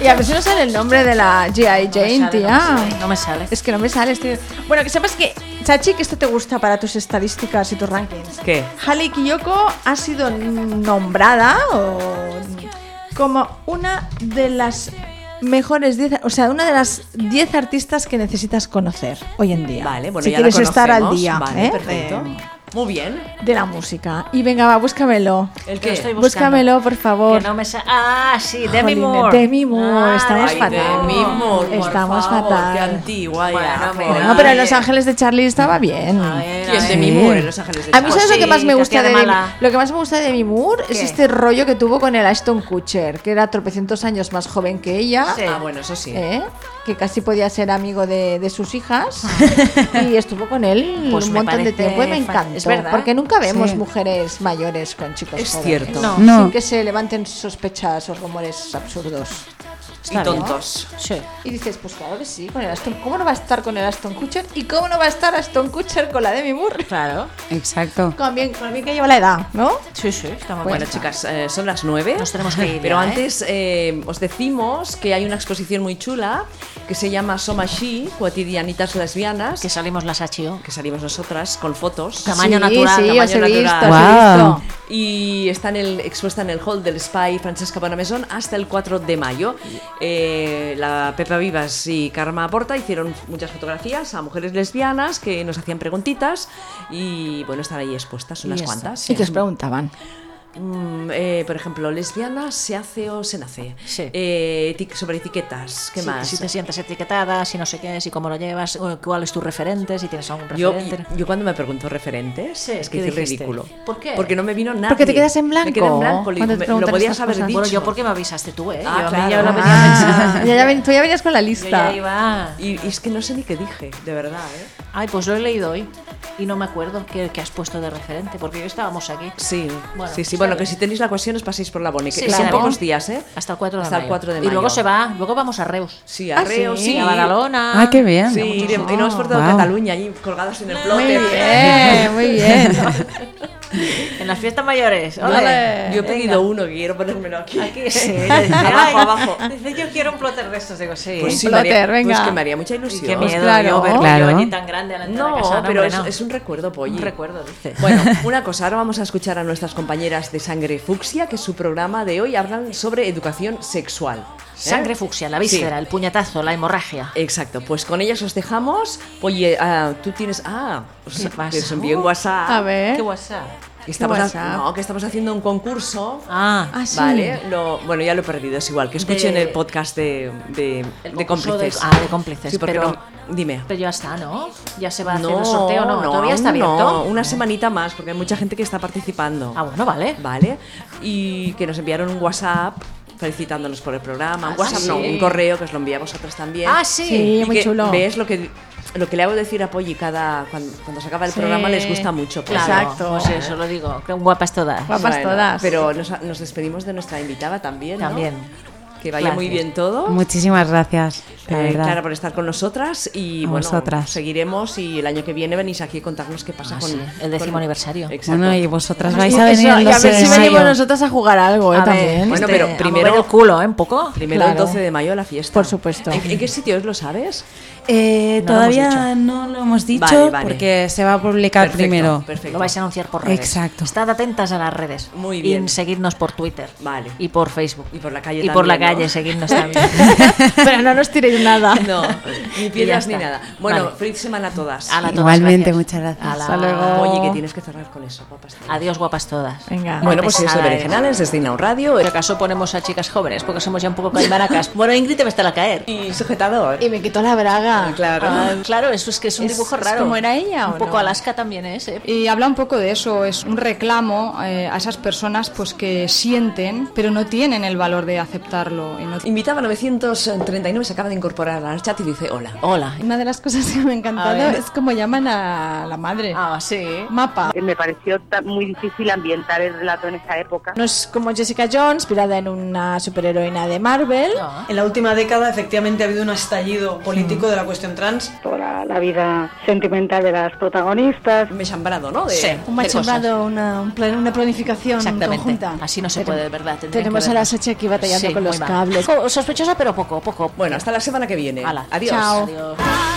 Y a ver si no sale el nombre de la G.I. Jane, sale, tía. no me sale, no me sale. Es que no me sale. Estoy... Bueno, que sepas que, Chachi, que esto te gusta para tus estadísticas y tus rankings. ¿Qué? Halle Kiyoko ha sido nombrada o- como una de las mejores 10, o sea, una de las 10 artistas que necesitas conocer hoy en día. Vale, bueno, si ya la quieres estar al conocemos. día Vale, ¿eh? perfecto. Muy bien. de, de la música. Y venga, va, búscamelo. ¿El Que qué? lo estoy buscando. Búscamelo, por favor. Que no me sa- Ah, sí, Demi Jolines, Moore. Ah, Demi Moore, estamos Ay, fatal. Demi Moore, por estamos favor, fatal. Qué antigua ya. Bueno, Polly. No, pero en Los Ángeles de Charlie estaba bien. ¿Quién de mi Moore en Los Ángeles de A mí Charlie? sabes lo que más me que gusta hacía de de, Demi- mala. lo que más me gusta de Demi Moore es ¿Qué? este rollo que tuvo con el Ashton Kutcher, que era tropecientos años más joven que ella. Sí. Ah, bueno, eso sí. ¿eh? que casi podía ser amigo de, de sus hijas y estuvo con él Pues un me montón parece de tiempo y Ah. me fa- encantó es verdad. porque nunca vemos Sí. mujeres mayores con chicos Es jóvenes. cierto. No. No. sin que se levanten sospechas o rumores absurdos Y tontos. Sí. y dices, pues claro que sí, con el Aston. ¿Cómo no va a estar con el Aston Kutcher? ¿Y cómo no va a estar Aston Kutcher con la Demi Moore? Claro. Exacto. Con bien, con bien que lleva la edad, ¿no? Sí, sí, está muy Bueno, bien. chicas, eh, son las nueve. Nos tenemos que ir Pero ya, ¿eh? antes eh, os decimos que hay una exposición muy chula que se llama Soma She, Cotidianitas Lesbianas, Que salimos las HIO. que salimos nosotras con fotos. Tamaño Sí, natural. sí, tamaño os he natural. visto, os natural. he Guau. visto. Y está en el, expuesta en el hall del Spy Francesca Bonamesón hasta el 4 de mayo. Eh, la Pepa Vivas y Karma Porta hicieron muchas fotografías a mujeres lesbianas que nos hacían preguntitas y bueno, están ahí expuestas unas eso. cuantas. Y que os preguntaban. Mm, eh, por ejemplo, lesbiana se hace o se nace. Sí. Eh, eti- sobre etiquetas, ¿qué Sí, más? Si te sientes etiquetada, si no sé qué, si cómo lo llevas, o cuál es tu referente, si tienes algún yo, referente. yo cuando me pregunto referentes, Sí, es que ¿qué hice el dijiste? ridículo. ¿Por qué? Porque no me vino nada. Porque te quedas en Me quedé en blanco blanco. le digo, cuando te me- lo preguntan podías estas haber cosas. dicho. Pues bueno, yo porque me avisaste tú, ¿eh? Ah, yo, a mí claro. ya lo venía Ah, pensando. ya, ya ven- tú ya venías con la Yo lista. ya iba. Y, y es que no sé ni qué dije, de verdad, ¿eh? Ay, pues lo he leído hoy y no me acuerdo qué, qué has puesto de referente, porque hoy estábamos aquí. Sí, Bueno, sí, sí. está Bueno, que bien. si tenéis la cuestión os paséis por la Boni, que Sí, que son claro. pocos días, ¿eh? Hasta el 4 de Hasta el mayo. 4 de Y luego mayo. se va, luego vamos a Reus. Sí, a Ah, Reos, sí. sí. a Badalona. Ah, qué bien. Sí, y, de- y nos hemos portado Guau. Cataluña allí colgadas en el Muy flote. bien, muy bien. En las fiestas mayores. Yo- ¡Ole! Yo he pedido uno que quiero ponérmelo aquí. Aquí sí. Dice, ay, abajo, abajo. Dice, yo quiero un plotter de estos. Digo, sí. Pues sí, Plotter, María, venga. Pues que me haría mucha Y ilusión. qué miedo claro. yo verme Claro. yo allí tan grande delante de No, la casa. pero hombre, es, no. es un recuerdo, Polly. Un recuerdo, dice. Bueno, una cosa, ahora vamos a escuchar a nuestras compañeras de Sangre Fucsia, que su programa de hoy hablan sobre educación sexual. ¿eh? Sangre fucsia, la víscera, Sí, el puñetazo, la hemorragia. Exacto, pues con ellas os dejamos. Oye, ah, tú tienes. Ah, os, ¿Qué pasa? les envié un WhatsApp. A ver. ¿Qué WhatsApp? Que estamos, ha- WhatsApp? no, que estamos haciendo un concurso. Ah, Ah, sí. Vale, lo- bueno, ya lo he perdido, es igual. Que escuchen De- el podcast de, de, El de concurso de- cómplices. ah, de cómplices, Sí, porque pero- no- dime. pero ya está, ¿no? Ya se va a hacer el sorteo, ¿no? Todavía está aún no, abierto. una semanita más, porque hay mucha gente que está participando. Ah, bueno, vale. Vale. Y que nos enviaron un WhatsApp felicitándonos por el programa. Ah, un WhatsApp sí. no, un correo que os lo envía a vosotros también. Ah, sí. Sí, Y muy que chulo. Ves lo que lo que le hago decir a Polly cada cuando, cuando se acaba el Sí. programa les gusta mucho. pues. Claro, Exacto. Pues eso lo digo. que Guapas todas. Guapas todas. Pero nos, nos despedimos de nuestra invitada también. ¿no? También. Que vaya muy Gracias. bien todo. Muchísimas gracias, la Eh, verdad. Clara, por estar con nosotras y A bueno, vosotras. seguiremos y el año que viene venís aquí a contarnos qué pasa Ah, con sí, el décimo con- aniversario. Exacto. Bueno, y vosotras Y vais eso, a venir el y a 12 ver de si venimos mayo. Pues nosotras a jugar algo eh, A ver, también. bueno, este, pero a primero- mover el culo, ¿eh? Un poco. Primero el Claro. 12 de mayo la fiesta. Por supuesto. ¿En, en qué sitios lo sabes? Eh, No lo hemos todavía dicho. no lo hemos dicho Vale, vale. porque se va a publicar Perfecto, primero. perfecto. Lo vais a anunciar por redes. Exacto. Estad atentas a las redes. Muy bien. Y seguidnos por Twitter. Vale. Y por Facebook. Y por la calle Y por la también, ¿no? calle, seguidnos también. Pero no nos tiréis nada. No, ni Y ya piedras está. ni nada. Bueno, Vale. feliz semana a todas. A la todas, Igualmente, gracias. muchas gracias. A la- Oye, que tienes que cerrar con eso, guapas. Adiós, guapas todas. Venga. Bueno, pues eso, Pesada eres. Berenjenales, desde Inau Radio. Por acaso ponemos a chicas jóvenes, porque somos ya un poco calmaracas. Bueno, Ingrid te va a estar a caer. Y sujetador. Y me quitó la braga. Claro. Ah, claro, eso es que es un Es- dibujo es raro. como era ella, Un ¿o poco no? Alaska también es, ¿eh? Y habla un poco de eso, es un reclamo eh, a esas personas pues que sienten, pero no tienen el valor de aceptarlo. y no- Invitaba 939, se acaba de incorporar al chat y dice hola. Hola. Una de las cosas que me ha A encantado ver. es como llaman a la madre. Ah, sí. Mapa. Eh, Me pareció ta- muy difícil ambientar el relato en esa época. No es como Jessica Jones, inspirada en una superheroína de Marvel. Ah. En la última década, efectivamente, ha habido un estallido político Mm. de la cuestión trans. Toda la vida sentimental de las protagonistas. Me he chambrado, ¿no? De- un machembrado, una, un plan- una planificación Exactamente. conjunta. Así no se Tenem- puede, de verdad. Tendrían Tenemos que a la vernos. Sacha aquí batallando Sí, con los muy mal. cables. Co- Sospechosa, pero poco, poco. Bueno, hasta la semana que viene. Hala. Adiós. Chao. Adiós.